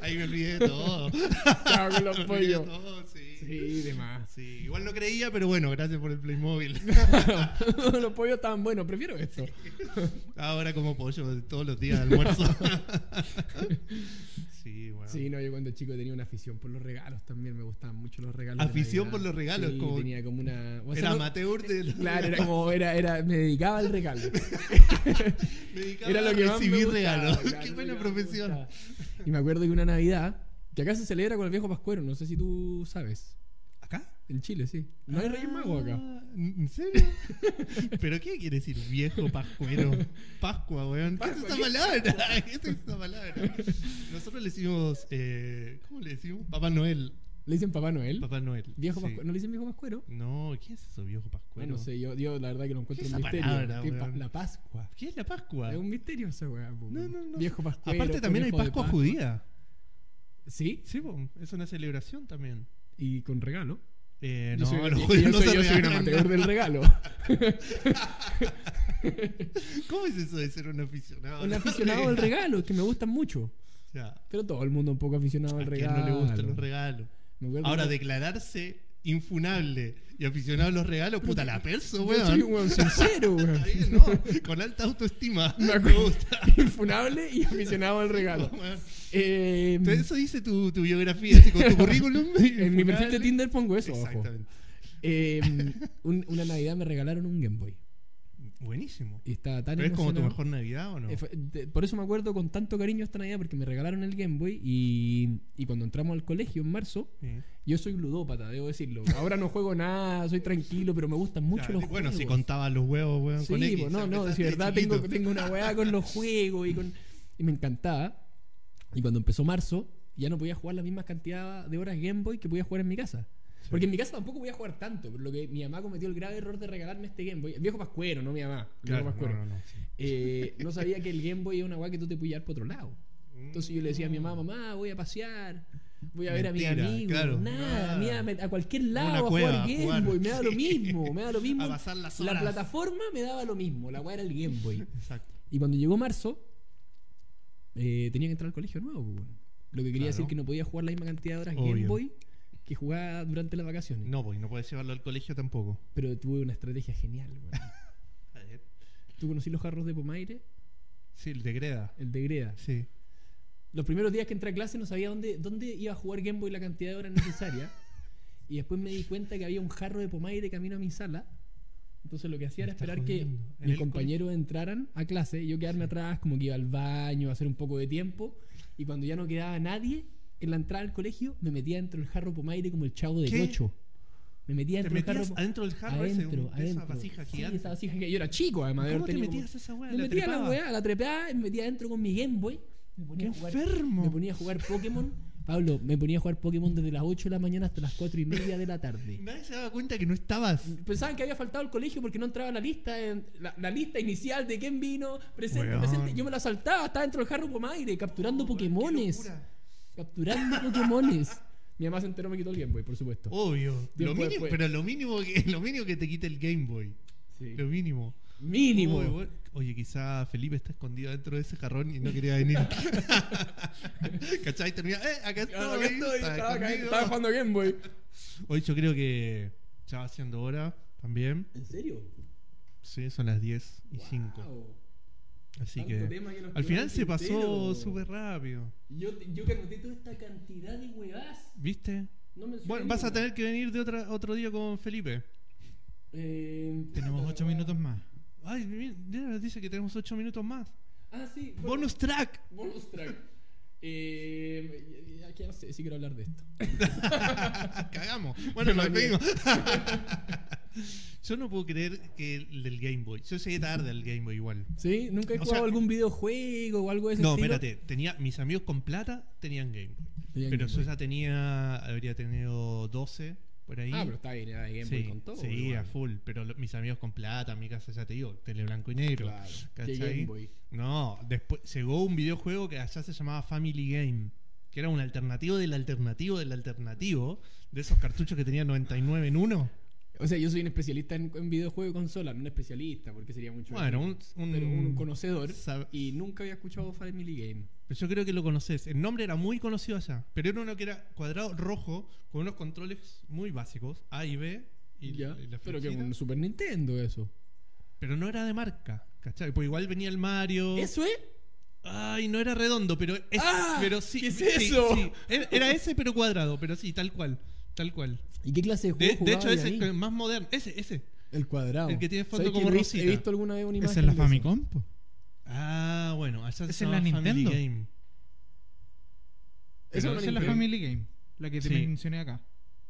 B: Ahí me olvidé de todo.
C: Chao, que los
B: Me olvidé de
C: pollos.
B: todo, Oh, sí.
C: Sí, de más.
B: Sí, igual no creía, pero bueno, gracias por el Playmobil.
C: los pollos estaban buenos, prefiero esto.
B: Ahora como pollo todos los días de almuerzo. sí, bueno.
C: Sí, no, yo cuando chico tenía una afición por los regalos también, me gustaban mucho los regalos. de
B: Afición
C: Navidad.
B: por los regalos,
C: Sí,
B: como-
C: tenía como una. o sea,
B: Era
C: no-
B: amateur de los
C: pues Claro, era
B: regalos.
C: como, era, era, me dedicaba al regalo.
B: Me dedicaba
C: Era lo que
B: a
C: más me
B: recibir
C: gustaba,
B: regalos.
C: claro,
B: Qué
C: lo
B: buena
C: que más me
B: profesión.
C: gustaba. Y me acuerdo que una Navidad, que acá se celebra con el viejo Pascuero, no sé si tú sabes.
B: ¿Acá?
C: En Chile, sí. No hay Reyes Magos acá.
B: Ah, ¿En serio? ¿Pero qué quiere decir viejo pascuero? Pascua, weón. ¿Qué es esa palabra? ¿Qué es esa palabra? Nosotros le decimos. Eh, ¿Cómo le decimos? Papá Noel.
C: ¿Le dicen Papá Noel?
B: Papá Noel.
C: Viejo
B: sí.
C: Pascuero. ¿No le dicen viejo Pascuero?
B: No, ¿qué es eso, viejo pascuero?
C: Bueno, no sé, yo, yo la verdad que lo encuentro
B: ¿Qué es
C: un
B: esa
C: misterio.
B: palabra,
C: ¿Qué pa-
B: weón?
C: la Pascua.
B: ¿Qué es la Pascua?
C: Es un misterio esa weá. po,
B: No,
C: weón.
B: no, no.
C: Viejo Pascuero.
B: Aparte, también hay
C: conejo de
B: Pascua
C: Pascua.
B: judía.
C: Sí,
B: Sí, po, es una celebración también.
C: y con regalo.
B: Eh,
C: Yo
B: no,
C: soy-
B: los
C: yo-
B: judíos
C: yo
B: no
C: soy-
B: se
C: yo soy un
B: regalan
C: amateur
B: nada.
C: del regalo.
B: ¿Cómo es eso de ser un aficionado?
C: un aficionado al regalo, que me gustan mucho.
B: O sea,
C: Pero todo el mundo un poco aficionado
B: ¿A
C: al
B: quién
C: regalo.
B: no le gustan los regalos?
C: Me acuerdo
B: Ahora,
C: que-
B: declararse infunable y aficionado a los regalos, puta la perso,
C: Yo soy un
B: weón.
C: weón sincero, weón.
B: Está bien, ¿no? Con alta autoestima.
C: Me
B: Me
C: acuerdo.
B: gusta.
C: Infunable y aficionado al regalo.
B: weón.
C: Eh,
B: Entonces, eso dice tu, tu biografía, así, con tu currículum.
C: en mi perfil de
B: infunable.
C: Tinder pongo eso abajo.
B: Exactamente.
C: Eh, un- una Navidad me regalaron un Game Boy.
B: Buenísimo.
C: Y estaba tan
B: ¿Pero es como tu
C: emocionado.
B: mejor Navidad o no?
C: Eh, fue- de- Por eso me acuerdo con tanto cariño esta Navidad, porque me regalaron el Game Boy y, y cuando entramos al colegio en marzo,
B: Sí.
C: yo soy ludópata, debo decirlo. Ahora no juego nada, soy tranquilo, pero me gustan mucho
B: Ya,
C: los
B: bueno,
C: juegos.
B: si contaba los huevos, weón,
C: Sí,
B: con X.
C: po, no, no,
B: empezaste
C: si
B: de
C: verdad tengo,
B: chiquito.
C: tengo una weá con los juegos y con y me encantaba. Y cuando empezó marzo, ya no podía jugar la misma cantidad de horas Game Boy que podía jugar en mi casa. Porque en mi casa tampoco podía jugar tanto, pero lo que mi mamá cometió el grave error de regalarme este Game Boy. El viejo Pascuero, no mi mamá. El viejo
B: Claro,
C: Pascuero.
B: no, no, no, sí.
C: Eh, no sabía que el Game Boy es una weá que tú te puedes llevar por otro lado. Entonces yo le decía a mi mamá,
B: Mm.
C: mamá, voy a pasear, voy a ver a mis
B: Mentira,
C: amigos,
B: claro.
C: nada,
B: Ah.
C: me iba a met- a cualquier lado
B: una
C: a
B: cueva, a
C: jugar Game
B: jugar.
C: Boy, me daba lo
B: Sí.
C: mismo, me daba lo mismo.
B: A pasar las
C: la
B: horas.
C: plataforma me daba lo mismo, la weá era el Game Boy.
B: Exacto.
C: Y cuando llegó marzo, eh, tenía que entrar al colegio nuevo, pues, bueno. lo que quería
B: Claro.
C: decir que no podía jugar la misma cantidad de horas Game
B: Obvio.
C: Boy que jugaba durante las vacaciones.
B: No, porque no puedes llevarlo al colegio tampoco.
C: Pero tuve una estrategia genial, weón.
B: A ver.
C: ¿Tú conocí los jarros de Pomaire?
B: Sí, el de Greda.
C: El de Greda.
B: Sí.
C: Los primeros días que entré a clase no sabía dónde, dónde iba a jugar Game Boy la cantidad de horas necesaria. y después me di cuenta que había un jarro de pomaire camino a mi sala. Entonces lo que hacía
B: Me
C: era
B: está
C: esperar que
B: jodiendo. ¿En
C: mis
B: el
C: compañeros entraran a clase, yo quedarme atrás, como que iba al baño, a hacer un poco de tiempo. Y cuando ya no quedaba nadie en la entrada al colegio, me metía dentro del jarro pomaire como el chavo del
B: ¿Qué?
C: 8. Me metía
B: ¿Te
C: dentro del jarro.
B: metías
C: po-
B: adentro del jarro ese? un-
C: adentro,
B: de esa
C: adentro.
B: vasija
C: Sí,
B: gigante.
C: esa vasija gigante. Yo era chico, además. de
B: ¿Cómo
C: haber
B: te
C: tenido como-
B: metías a esa weá?
C: me
B: ¿La
C: metía a la
B: trepabas?
C: weá, la trepeaba y me metía adentro con mi Game Boy. Me ponía a jugar,
B: enfermo!
C: Me ponía a jugar Pokémon. Pablo, me ponía a jugar Pokémon desde las 8 de la mañana hasta las 4 y media de la tarde.
B: Nadie se daba cuenta que no estabas.
C: Pensaban que había faltado el colegio porque no entraba la lista, en- la, la lista inicial de quién vino, presente,
B: Weón.
C: presente. Yo me la saltaba, estaba dentro del jarro Pomaire, capturando
B: Oh, weón, qué
C: Pokémones.
B: locura.
C: Capturando Pokémones. Mi mamá se enteró, me quitó el Game Boy, por supuesto.
B: Obvio. Lo
C: Tiempo
B: mínimo,
C: después.
B: pero lo mínimo, que, lo mínimo que te quite el Game Boy.
C: Sí.
B: Lo mínimo.
C: Mínimo.
B: Uy, bueno. Oye, quizá Felipe está escondido dentro de ese jarrón y no quería venir. ¿Cachai? Termina, eh, acá estoy.
C: Claro, Ah, acá estoy,
B: está
C: estaba, acá-
B: conmigo.
C: estaba jugando Game Boy.
B: Hoy yo creo que ya va siendo hora también.
C: ¿En serio?
B: Sí, son las 10 y 5.
C: Wow.
B: Así
C: Tanto
B: que.
C: tema que nos
B: Al
C: quedó
B: final
C: en
B: se pasó
C: tintero.
B: súper rápido.
C: Yo, yo que anoté toda esta cantidad de huevas.
B: ¿Viste?
C: No mencioné
B: Bueno, vas a
C: ninguna.
B: tener que venir de otra, otro día con Felipe.
C: Eh,
D: Tenemos ocho minutos más.
B: Ay, mi- mira, dice que tenemos 8 minutos más.
C: Ah, sí. bueno,
B: ¡Bonus track!
C: Bonus track. Eh, ya- ya- ya no sé si quiero hablar de esto.
B: Cagamos. Bueno,
C: Me
B: nos
C: bañé.
B: vimos. Yo no puedo creer que el del Game Boy. Yo llegué tarde al Game Boy igual.
C: ¿Sí? ¿Nunca he
B: O sea-
C: jugado algún videojuego o algo de ese
B: No,
C: estilo?
B: espérate. Tenía, mis amigos con plata tenían Game Boy.
C: Tenían
B: pero
C: Game
B: yo
C: Boy.
B: ya tenía. Habría tenido 12 por ahí.
C: Ah, pero está bien, era de Game Boy
B: sí,
C: con todo.
B: sí,
C: igual.
B: a full. Pero lo- mis amigos con plata, en mi casa ya te digo, tele blanco y negro.
C: Claro.
B: ¿cachai?
C: ¿Qué Game Boy?
B: No, después llegó un videojuego que allá se llamaba Family Game, que era un alternativo del alternativo del alternativo de esos cartuchos que tenía 99 en uno.
C: O sea, yo soy un especialista en, en videojuegos y consolas, no un especialista, porque sería mucho.
B: Bueno, un,
C: decir,
B: un-
C: pero un conocedor.
B: sab-
C: Y nunca había escuchado Family Game.
B: Pero yo creo que lo conoces. El nombre era muy conocido allá, pero era uno que era cuadrado rojo con unos controles muy básicos, A y B. Y
C: ya.
B: la- y la
C: pero que
B: flechita.
C: un Super Nintendo, eso.
B: Pero no era de marca, ¿cachai? Pues igual venía el Mario.
C: ¿Eso es?
B: Ay, no era redondo, pero, es-
C: ¡Ah!
B: pero sí.
C: ¿Qué es
B: sí,
C: eso?
B: sí. Era era ese, pero cuadrado, pero sí, tal cual. Tal cual.
C: ¿Y qué clase de
B: De,
C: juego
B: de hecho, ese es el
C: el,
B: más moderno. Ese, ese.
C: el cuadrado.
B: el que tiene fondo
C: ¿Sabes
B: como
C: que he-
B: rosita?
C: He visto alguna vez una imagen.
D: Esa es la
C: de eso?
D: Famicom, po.
B: Ah, bueno, allá se
D: Esa es la
B: llama Family
D: Nintendo.
B: Game.
C: Esa
D: Esa
C: es
D: es
C: una
D: la
C: Nintendo.
D: Family Game, la que te
B: Sí.
D: mencioné acá.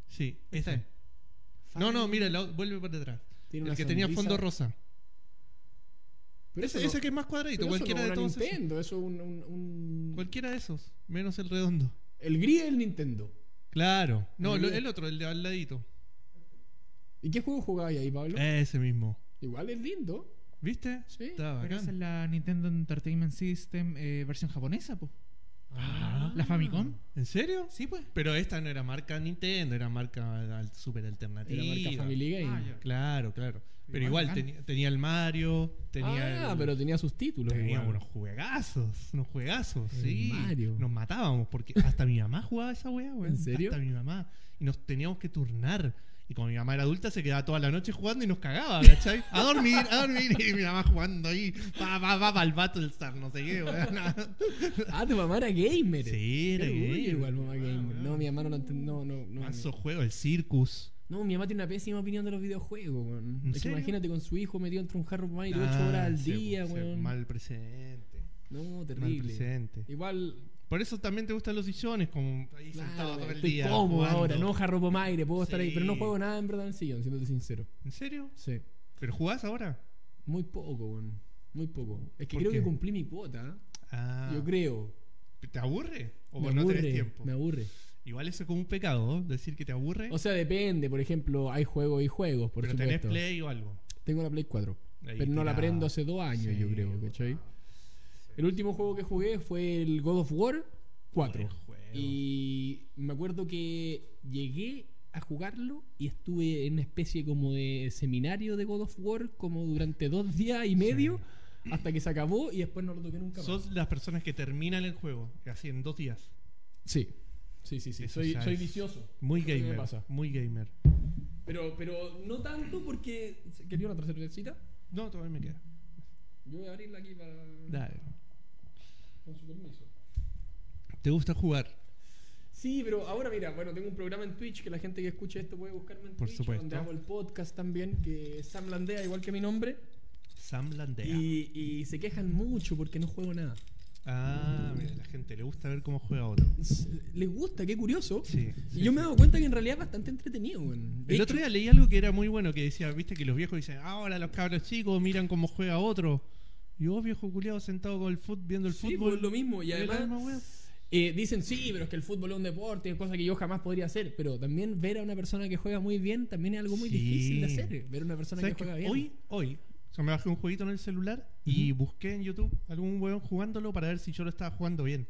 B: Sí,
D: Esa
B: ese.
D: es.
B: No, no, mira, la- vuelve para atrás.
C: Tiene
B: El
C: una
B: que tenía
C: sonrisa.
B: fondo rosa.
C: Pero eso
B: ese,
C: no-
B: ese que es más cuadradito.
C: pero eso
B: cualquiera
C: no
B: de
C: es una
B: todos. esos.
C: Nintendo, eso es un, un- un-
B: Cualquiera de esos. Menos el redondo.
C: El gris es el Nintendo.
B: Claro. No,
C: Muy
B: lo-
C: bien.
B: el otro, el de al ladito.
C: ¿Y qué juego jugabas ahí, Pablo?
B: Ese mismo.
C: Igual es lindo.
B: ¿Viste?
C: Sí,
B: Estaba
D: Pero esa es
B: bacán.
D: la Nintendo Entertainment System eh, versión japonesa, po.
B: Ah.
D: La Famicom.
B: ¿En serio?
D: Sí, pues.
B: Pero esta no era marca Nintendo, era marca al- super alternativa.
C: Era marca Family Game.
D: Ah, ya.
B: Claro, claro. Pero
D: Igual
B: igual
D: bacán.
B: tenía, tenía el Mario, tenía
C: ah,
B: el-
C: pero tenía sus títulos.
B: tenía
C: igual.
B: unos juegazos, unos juegazos,
C: El
B: sí.
C: Mario.
B: Nos matábamos porque hasta mi mamá jugaba esa weá, weón.
C: ¿En serio?
B: Hasta mi mamá. Y nos teníamos que turnar. Y como mi mamá era adulta, se quedaba toda la noche jugando y nos cagaba, ¿cachai? A dormir, a dormir. Y mi mamá jugando ahí. Va, va, va, va al Battlestar, no sé qué, weón.
C: Ah, tu mamá era gamer.
B: Sí, era
C: Qué orgullo
B: gamer.
C: Igual, mamá
B: Ah,
C: gamer.
B: weón.
C: No, mi mamá no lo enten- No, no, no.
B: Manso juego, el Circus.
C: No, mi mamá tiene una pésima opinión de los videojuegos, weón.
B: ¿En
C: Es que
B: serio?
C: imagínate con su hijo metido entre un jarro y 8
B: Ah,
C: horas al
B: sí,
C: día,
B: sí,
C: weón.
B: Mal precedente.
C: No,
B: Mal
C: terrible.
B: precedente.
C: Igual,
B: Por eso también te gustan los sillones, como ahí sentado
C: claro,
B: todo el
C: estoy
B: día.
C: cómodo
B: jugando.
C: ahora, no jarro pomaire, puedo estar ahí,
B: Sí.
C: pero no juego nada en verdad en el sillón, siéndote sincero.
B: ¿En serio?
C: Sí,
B: ¿Pero jugás ahora?
C: muy poco, weón. Muy poco. Es que
B: ¿Por
C: creo
B: qué?
C: que cumplí mi cuota, ¿eh?
B: Ah.
C: yo creo.
B: ¿Te aburre? ¿O
C: me
B: no
C: aburre,
B: tenés tiempo?
C: me aburre.
B: Igual eso es como un pecado, ¿no? Decir que te aburre,
C: O sea, depende, por ejemplo, hay juegos y juegos, por
B: pero tenés
C: supuesto.
B: play o algo.
C: Tengo la Play 4,
B: Ahí
C: pero no la
B: tirado.
C: prendo hace dos años,
B: Sí,
C: yo creo,
B: botado.
C: ¿cachai? El último juego que jugué fue el God of War 4.
B: Buen juego.
C: Y me acuerdo que llegué a jugarlo y estuve en una especie como de seminario de God of War como durante dos días y medio hasta que se acabó y después no lo toqué nunca más.
B: Sos las personas que terminan el juego, así en dos días.
C: Sí, sí, sí, sí.
B: Eso
C: Soy,
B: ya
C: soy
B: es
C: vicioso.
B: Muy
C: Eso es lo que me
B: gamer.
C: pasa.
B: Muy gamer.
C: Pero, pero no tanto porque... ¿Quería una tercera cita?
B: No, todavía me queda.
C: Yo voy a abrirla aquí para...
B: Dale.
C: Con su permiso.
B: ¿Te gusta jugar?
C: Sí, pero ahora mira, bueno, tengo un programa en Twitch que la gente que escuche esto puede buscarme en
B: Por
C: Twitch,
B: supuesto.
C: donde hago el podcast también, que es Sam Landea, igual que mi nombre.
B: Sam Landea.
C: Y, y se quejan mucho porque no juego nada.
B: Ah, mira, la gente le gusta ver cómo juega otro.
C: S- Les gusta, qué curioso.
B: Sí.
C: y yo me he dado cuenta que en realidad es bastante entretenido, weón. De
B: El
C: hecho,
B: otro día leí algo que era muy bueno, que decía, viste que los viejos dicen, "Ah, ahora los cabros chicos miran cómo juega otro. Y vos, viejo culiado, sentado con el fútbol, viendo el
C: sí,
B: fútbol.
C: pues, lo mismo. Y
B: ¿Es la
C: además
B: misma wea?
C: eh, dicen, sí, pero es que el fútbol es un deporte, es cosa que yo jamás podría hacer. Pero también ver a una persona que juega muy bien también es algo muy
B: Sí.
C: difícil de hacer. Ver a una persona que
B: ¿Sabes qué?
C: juega bien.
B: Hoy, hoy, yo me bajé un jueguito en el celular y busqué en YouTube algún weón jugándolo para ver si yo lo estaba jugando bien.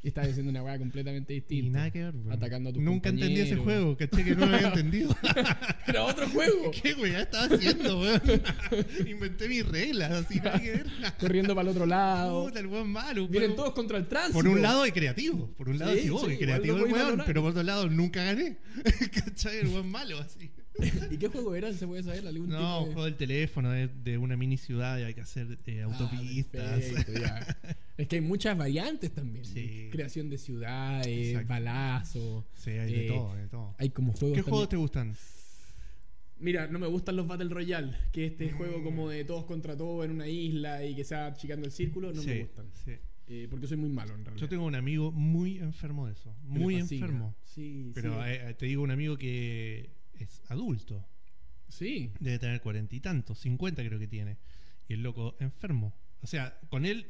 C: Y estás diciendo una weá completamente
B: Y
C: distinta.
B: nada que ver, weón.
C: Atacando a tus
B: Nunca entendí ese
C: compañeros.
B: juego, caché que no lo había entendido.
C: Era otro juego.
B: ¿Qué weá estaba haciendo, weón? Inventé mis reglas, así nada que ver.
C: Corriendo para el otro lado.
B: Puta, el weón malo. un
C: Vienen
B: juego-
C: todos contra el tránsito.
B: Por un lado es creativo, por un lado
C: Sí,
B: sí, oh,
C: sí,
B: es
C: igual
B: creativo
C: lo
B: el
C: voy
B: weón,
C: valorando.
B: pero por otro lado nunca gané. ¿Cachai? El weón malo así.
C: ¿Y qué juego era? Si se puede saber algún
B: No,
C: tipo de-
B: juego del teléfono de, de una mini ciudad y hay que hacer eh,
C: Ah,
B: autopistas.
C: perfecto, ya. Es que hay muchas variantes también.
B: Sí.
C: Creación de ciudades,
B: Exacto.
C: balazos.
B: sí, hay de
C: Eh,
B: todo, hay de todo.
C: Hay como juegos.
B: ¿Qué
C: también-
B: juegos te gustan?
C: Mira, no me gustan los Battle Royale, que
B: Mm.
C: este juego como de todos contra todos en una isla y que se va achicando el círculo, no me
B: Sí,
C: gustan.
B: sí.
C: Eh, porque soy muy malo en realidad.
B: Yo tengo un amigo muy enfermo de eso,
C: Me
B: muy
C: fascina.
B: enfermo.
C: Sí,
B: Pero
C: sí.
B: eh, te digo un amigo que es adulto,
C: Sí.
B: debe tener cuarenta y tantos, cincuenta creo que tiene. Y el loco enfermo. O sea, con él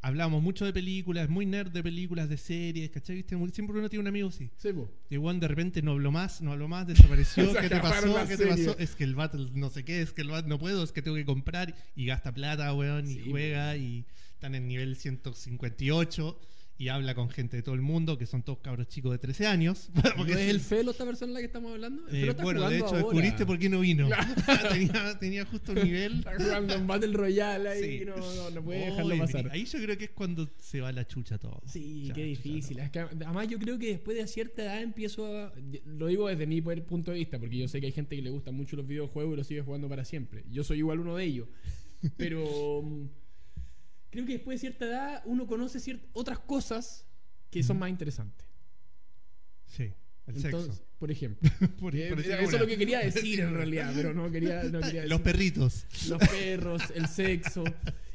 B: hablamos mucho de películas, muy nerd de películas, de series, ¿cachai? ¿Viste? Muy- Siempre uno tiene un amigo así.
C: Sí, po.
B: Y Juan de repente no habló más, no habló más, desapareció.
C: Se
B: ¿Qué te
C: acabaron
B: pasó?
C: las
B: ¿Qué te pasó?
C: series.
B: Es que el Battle no sé qué, es que el Battle no puedo, es que tengo que comprar y gasta plata, weón,
C: Sí,
B: y juega y están en nivel 158 y habla con gente de todo el mundo que son todos cabros chicos de 13 años.
C: ¿No
B: Porque
C: es el Felo esta persona la que estamos hablando? El
B: eh,
C: Felo está
B: bueno, de
C: jugando
B: hecho,
C: ahora.
B: descubriste por qué no vino. Ah, tenía, tenía justo un nivel.
C: Está jugando en Battle Royale ahí
B: Sí.
C: y no, no, no puede
B: Oh,
C: dejarlo
B: y
C: pasar.
B: Ahí yo creo que es cuando se va la chucha todo.
C: Sí,
B: Ya,
C: qué
B: ya,
C: difícil.
B: no.
C: Es que además yo creo que después de cierta edad empiezo a... Lo digo desde mi poder- punto de vista, porque yo sé que hay gente que le gustan mucho los videojuegos y los sigue jugando para siempre. Yo soy igual uno de ellos. Pero mm, creo que después de cierta edad uno conoce cier- otras cosas que son más interesantes.
B: Sí, el
C: Entonces,
B: sexo.
C: por ejemplo.
B: Por-
C: Eh,
B: por decir
C: eso es
B: una.
C: lo que quería decir en realidad, pero no quería, no quería
B: Los
C: decir.
B: perritos,
C: Los perros, el sexo.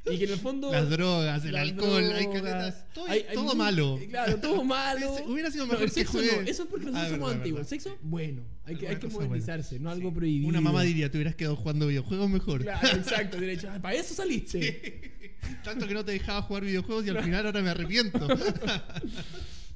C: Y que en el fondo...
B: las drogas, el
C: las
B: alcohol, hay
C: drogas.
B: caletas, todo,
C: Hay- hay
B: todo
C: muy-
B: malo.
C: Claro, todo malo.
B: Ese- Hubiera sido
C: No,
B: mejor
C: el
B: que
C: sexo
B: juegue-
C: no, eso es porque nosotros
B: Ah,
C: somos
B: verdad,
C: antiguos.
B: verdad.
C: El sexo, bueno, hay que, hay
B: Alguna
C: que
B: cosa buena.
C: modernizarse, no
B: Sí.
C: algo prohibido.
B: Una mamá diría, te hubieras quedado jugando videojuegos mejor.
C: Claro, exacto, derecho. Para eso saliste.
B: Tanto que no te dejaba jugar videojuegos y al final ahora me arrepiento.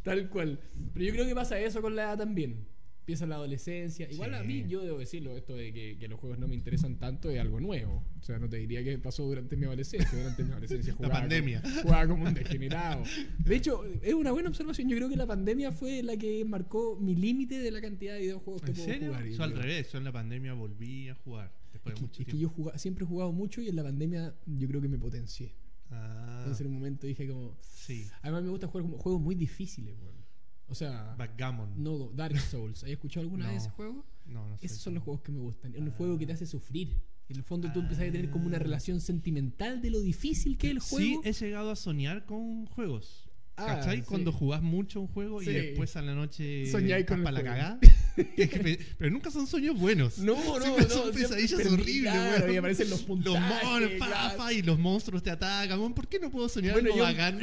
C: Tal cual. Pero yo creo que pasa eso con la edad también. Empieza la adolescencia. Igual
B: Sí.
C: a mí, yo debo decirlo, esto de que, que los juegos no me interesan tanto es algo nuevo. O sea, no te diría que pasó durante mi adolescencia. Durante mi adolescencia jugaba. como-
B: pandemia.
C: jugaba como un degenerado. De hecho, es una buena observación. Yo creo que la pandemia fue la que marcó mi límite de la cantidad de videojuegos que
B: ¿En
C: puedo
B: serio?
C: jugar.
B: Yo al revés, yo en la pandemia volví a jugar. Después
C: Es
B: de mucho
C: que, es que
B: tiempo.
C: yo jugaba- siempre he jugado mucho y en la pandemia yo creo que me potencié.
B: Ah,
C: Entonces en un momento dije como...
B: sí.
C: Además me gusta jugar como juegos muy difíciles, weón. O sea...
B: Backgammon.
C: No, Dark Souls. ¿Has escuchado alguna
B: No.
C: vez ese juego?
B: No, no sé.
C: Esos son los juegos que me gustan. Es un
B: Ah.
C: juego que te hace sufrir. En el fondo tú empiezas a tener como una
B: Ah.
C: relación sentimental de lo difícil que es el
B: Sí,
C: juego.
B: he llegado a soñar con juegos.
C: Ah,
B: ¿Cachai?
C: sí.
B: Cuando jugás mucho un juego
C: Sí.
B: y después a la noche
C: Soñáis con el
B: para la
C: juego.
B: cagada. Pero nunca son sueños buenos.
C: No, no, no.
B: Siempre son
C: siempre-
B: pesadillas
C: pero
B: horribles,
C: claro,
B: weón.
C: Y aparecen los
B: Los
C: puntajes.
B: monos, pa,
C: claro.
B: pa, y los monstruos te atacan. weón. ¿Por qué no puedo soñar
C: Bueno,
B: algo
C: yo-
B: bacán?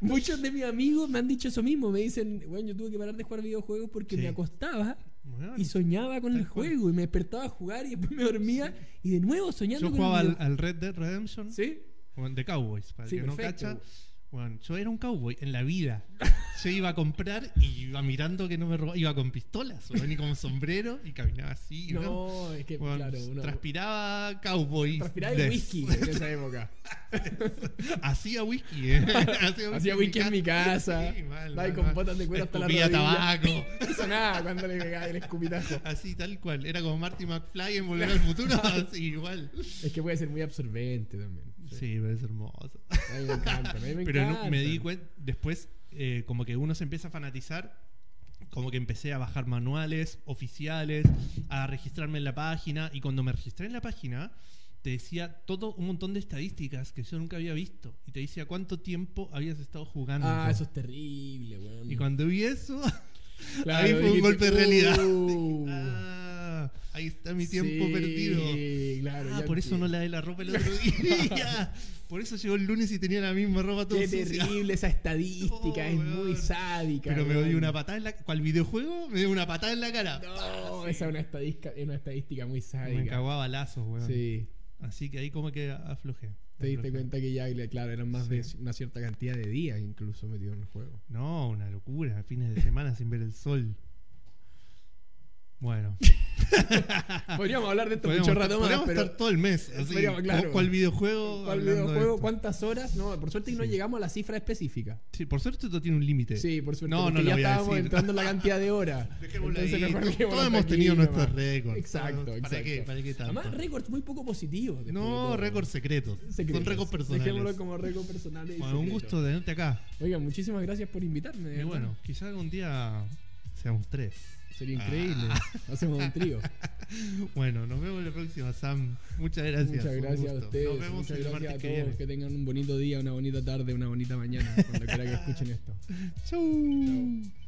C: Muchos de mis amigos me han dicho eso mismo. Me dicen, bueno, yo tuve que parar de jugar videojuegos porque
B: Sí.
C: me acostaba
B: Weón,
C: y soñaba con
B: tal
C: el
B: cual.
C: juego y me despertaba a jugar y después me dormía y de nuevo soñando
B: yo
C: con el
B: jugaba al,
C: video-
B: al Red Dead Redemption
C: ¿Sí?
B: weón, de Cowboys, para el
C: Sí,
B: que
C: perfecto.
B: no cacha. Weón, yo era un cowboy en la vida. Yo iba a comprar y iba mirando que no me robaba. Iba con pistolas, weón, y con sombrero y caminaba así. weón.
C: No, es que
B: Weón,
C: claro, uno
B: Transpiraba cowboy.
C: transpiraba
B: des-
C: el whisky en esa época.
B: Hacía whisky, ¿eh?
C: Hacía whisky en mi casa.
B: Sí, mal,
C: Daba
B: mal,
C: con
B: mal.
C: botas de cuero hasta la
B: Escupía
C: rodilla.
B: tabaco.
C: Eso nada cuando le pegaba el escupitajo.
B: Así, tal cual. Era como Marty McFly en Volver al Futuro. Así, igual.
C: Es que puede ser muy absorbente también.
B: Sí, pero es hermoso.
C: A mí me encanta, a mí me
B: Pero no-
C: encanta.
B: me di cuenta, después, eh, como que uno se empieza a fanatizar. Como que empecé a bajar manuales oficiales, a registrarme en la página. Y cuando me registré en la página, te decía todo un montón de estadísticas que yo nunca había visto. Y te decía cuánto tiempo habías estado jugando.
C: Ah, eso es terrible, weón.
B: Y cuando vi eso,
C: Claro,
B: ahí fue un
C: dijiste,
B: golpe de realidad.
C: "Uh".
B: ah, ahí está mi tiempo
C: Sí,
B: perdido.
C: claro.
B: Ah,
C: ya
B: por eso no
C: entiendo.
B: lavé la ropa el otro día. por eso llegó el lunes y tenía la misma ropa todo
C: Qué
B: sucia.
C: terrible esa
B: Oh,
C: estadística, es muy
B: weón.
C: sádica.
B: Pero me
C: weón.
B: dio una patada en la ¿Cuál videojuego? Me dio una patada en la cara.
C: No, esa es una estadística, es una estadística muy
B: me
C: sádica.
B: cagaba balazos, weón.
C: Sí,
B: Así que ahí como que aflojé.
C: te diste
B: Aflojé.
C: cuenta que ya, claro, eran más
B: Sí.
C: de una cierta cantidad de días incluso metido en el juego.
B: No, una locura. Fines de semana sin ver el sol. Bueno.
C: Podríamos hablar de esto
B: Ah, Podríamos,
C: mucho rato más,
B: podríamos
C: pero
B: estar todo el mes. Así,
C: Podríamos,
B: ¿cu-
C: claro.
B: ¿Cuál videojuego?
C: ¿cuál
B: hablando de
C: videojuego?
B: esto?
C: ¿Cuántas horas? No, por suerte que no llegamos a la cifra específica.
B: Sí, por suerte esto tiene un límite.
C: Sí, por suerte,
B: No,
C: porque
B: no lo
C: ya
B: voy a
C: estábamos
B: decir.
C: entrando en la cantidad de horas.
B: Dejémoslo
C: Entonces
B: ahí.
C: mejor dejémoslo
B: Todos hemos
C: tranquilo
B: tenidos nuestros
C: nomás.
B: récords.
C: Exacto,
B: ¿Para
C: exacto.
B: qué? ¿Para qué tanto?
C: Además, récords muy poco positivos. después de
B: no,
C: todo.
B: récords secretos.
C: Secretos.
B: Son récords
C: Dejémoslo
B: personales.
C: como récords personales. y
B: Bueno, un
C: secretos.
B: gusto tenerte acá.
C: Oigan, muchísimas gracias por invitarme. de
B: Y
C: verdad.
B: bueno, quizá algún día seamos tres.
C: Sería increíble.
B: Ah.
C: Hacemos un trío.
B: Bueno, nos vemos la próxima, Sam. Muchas gracias.
C: Muchas
B: un
C: gracias a
B: gusto.
C: ustedes.
B: Nos vemos
C: Muchas
B: el
C: gracias a
B: martes que
C: todos.
B: viene.
C: Que tengan un bonito día, una bonita tarde, una bonita mañana. Cuando quiera que escuchen esto.
B: Chau.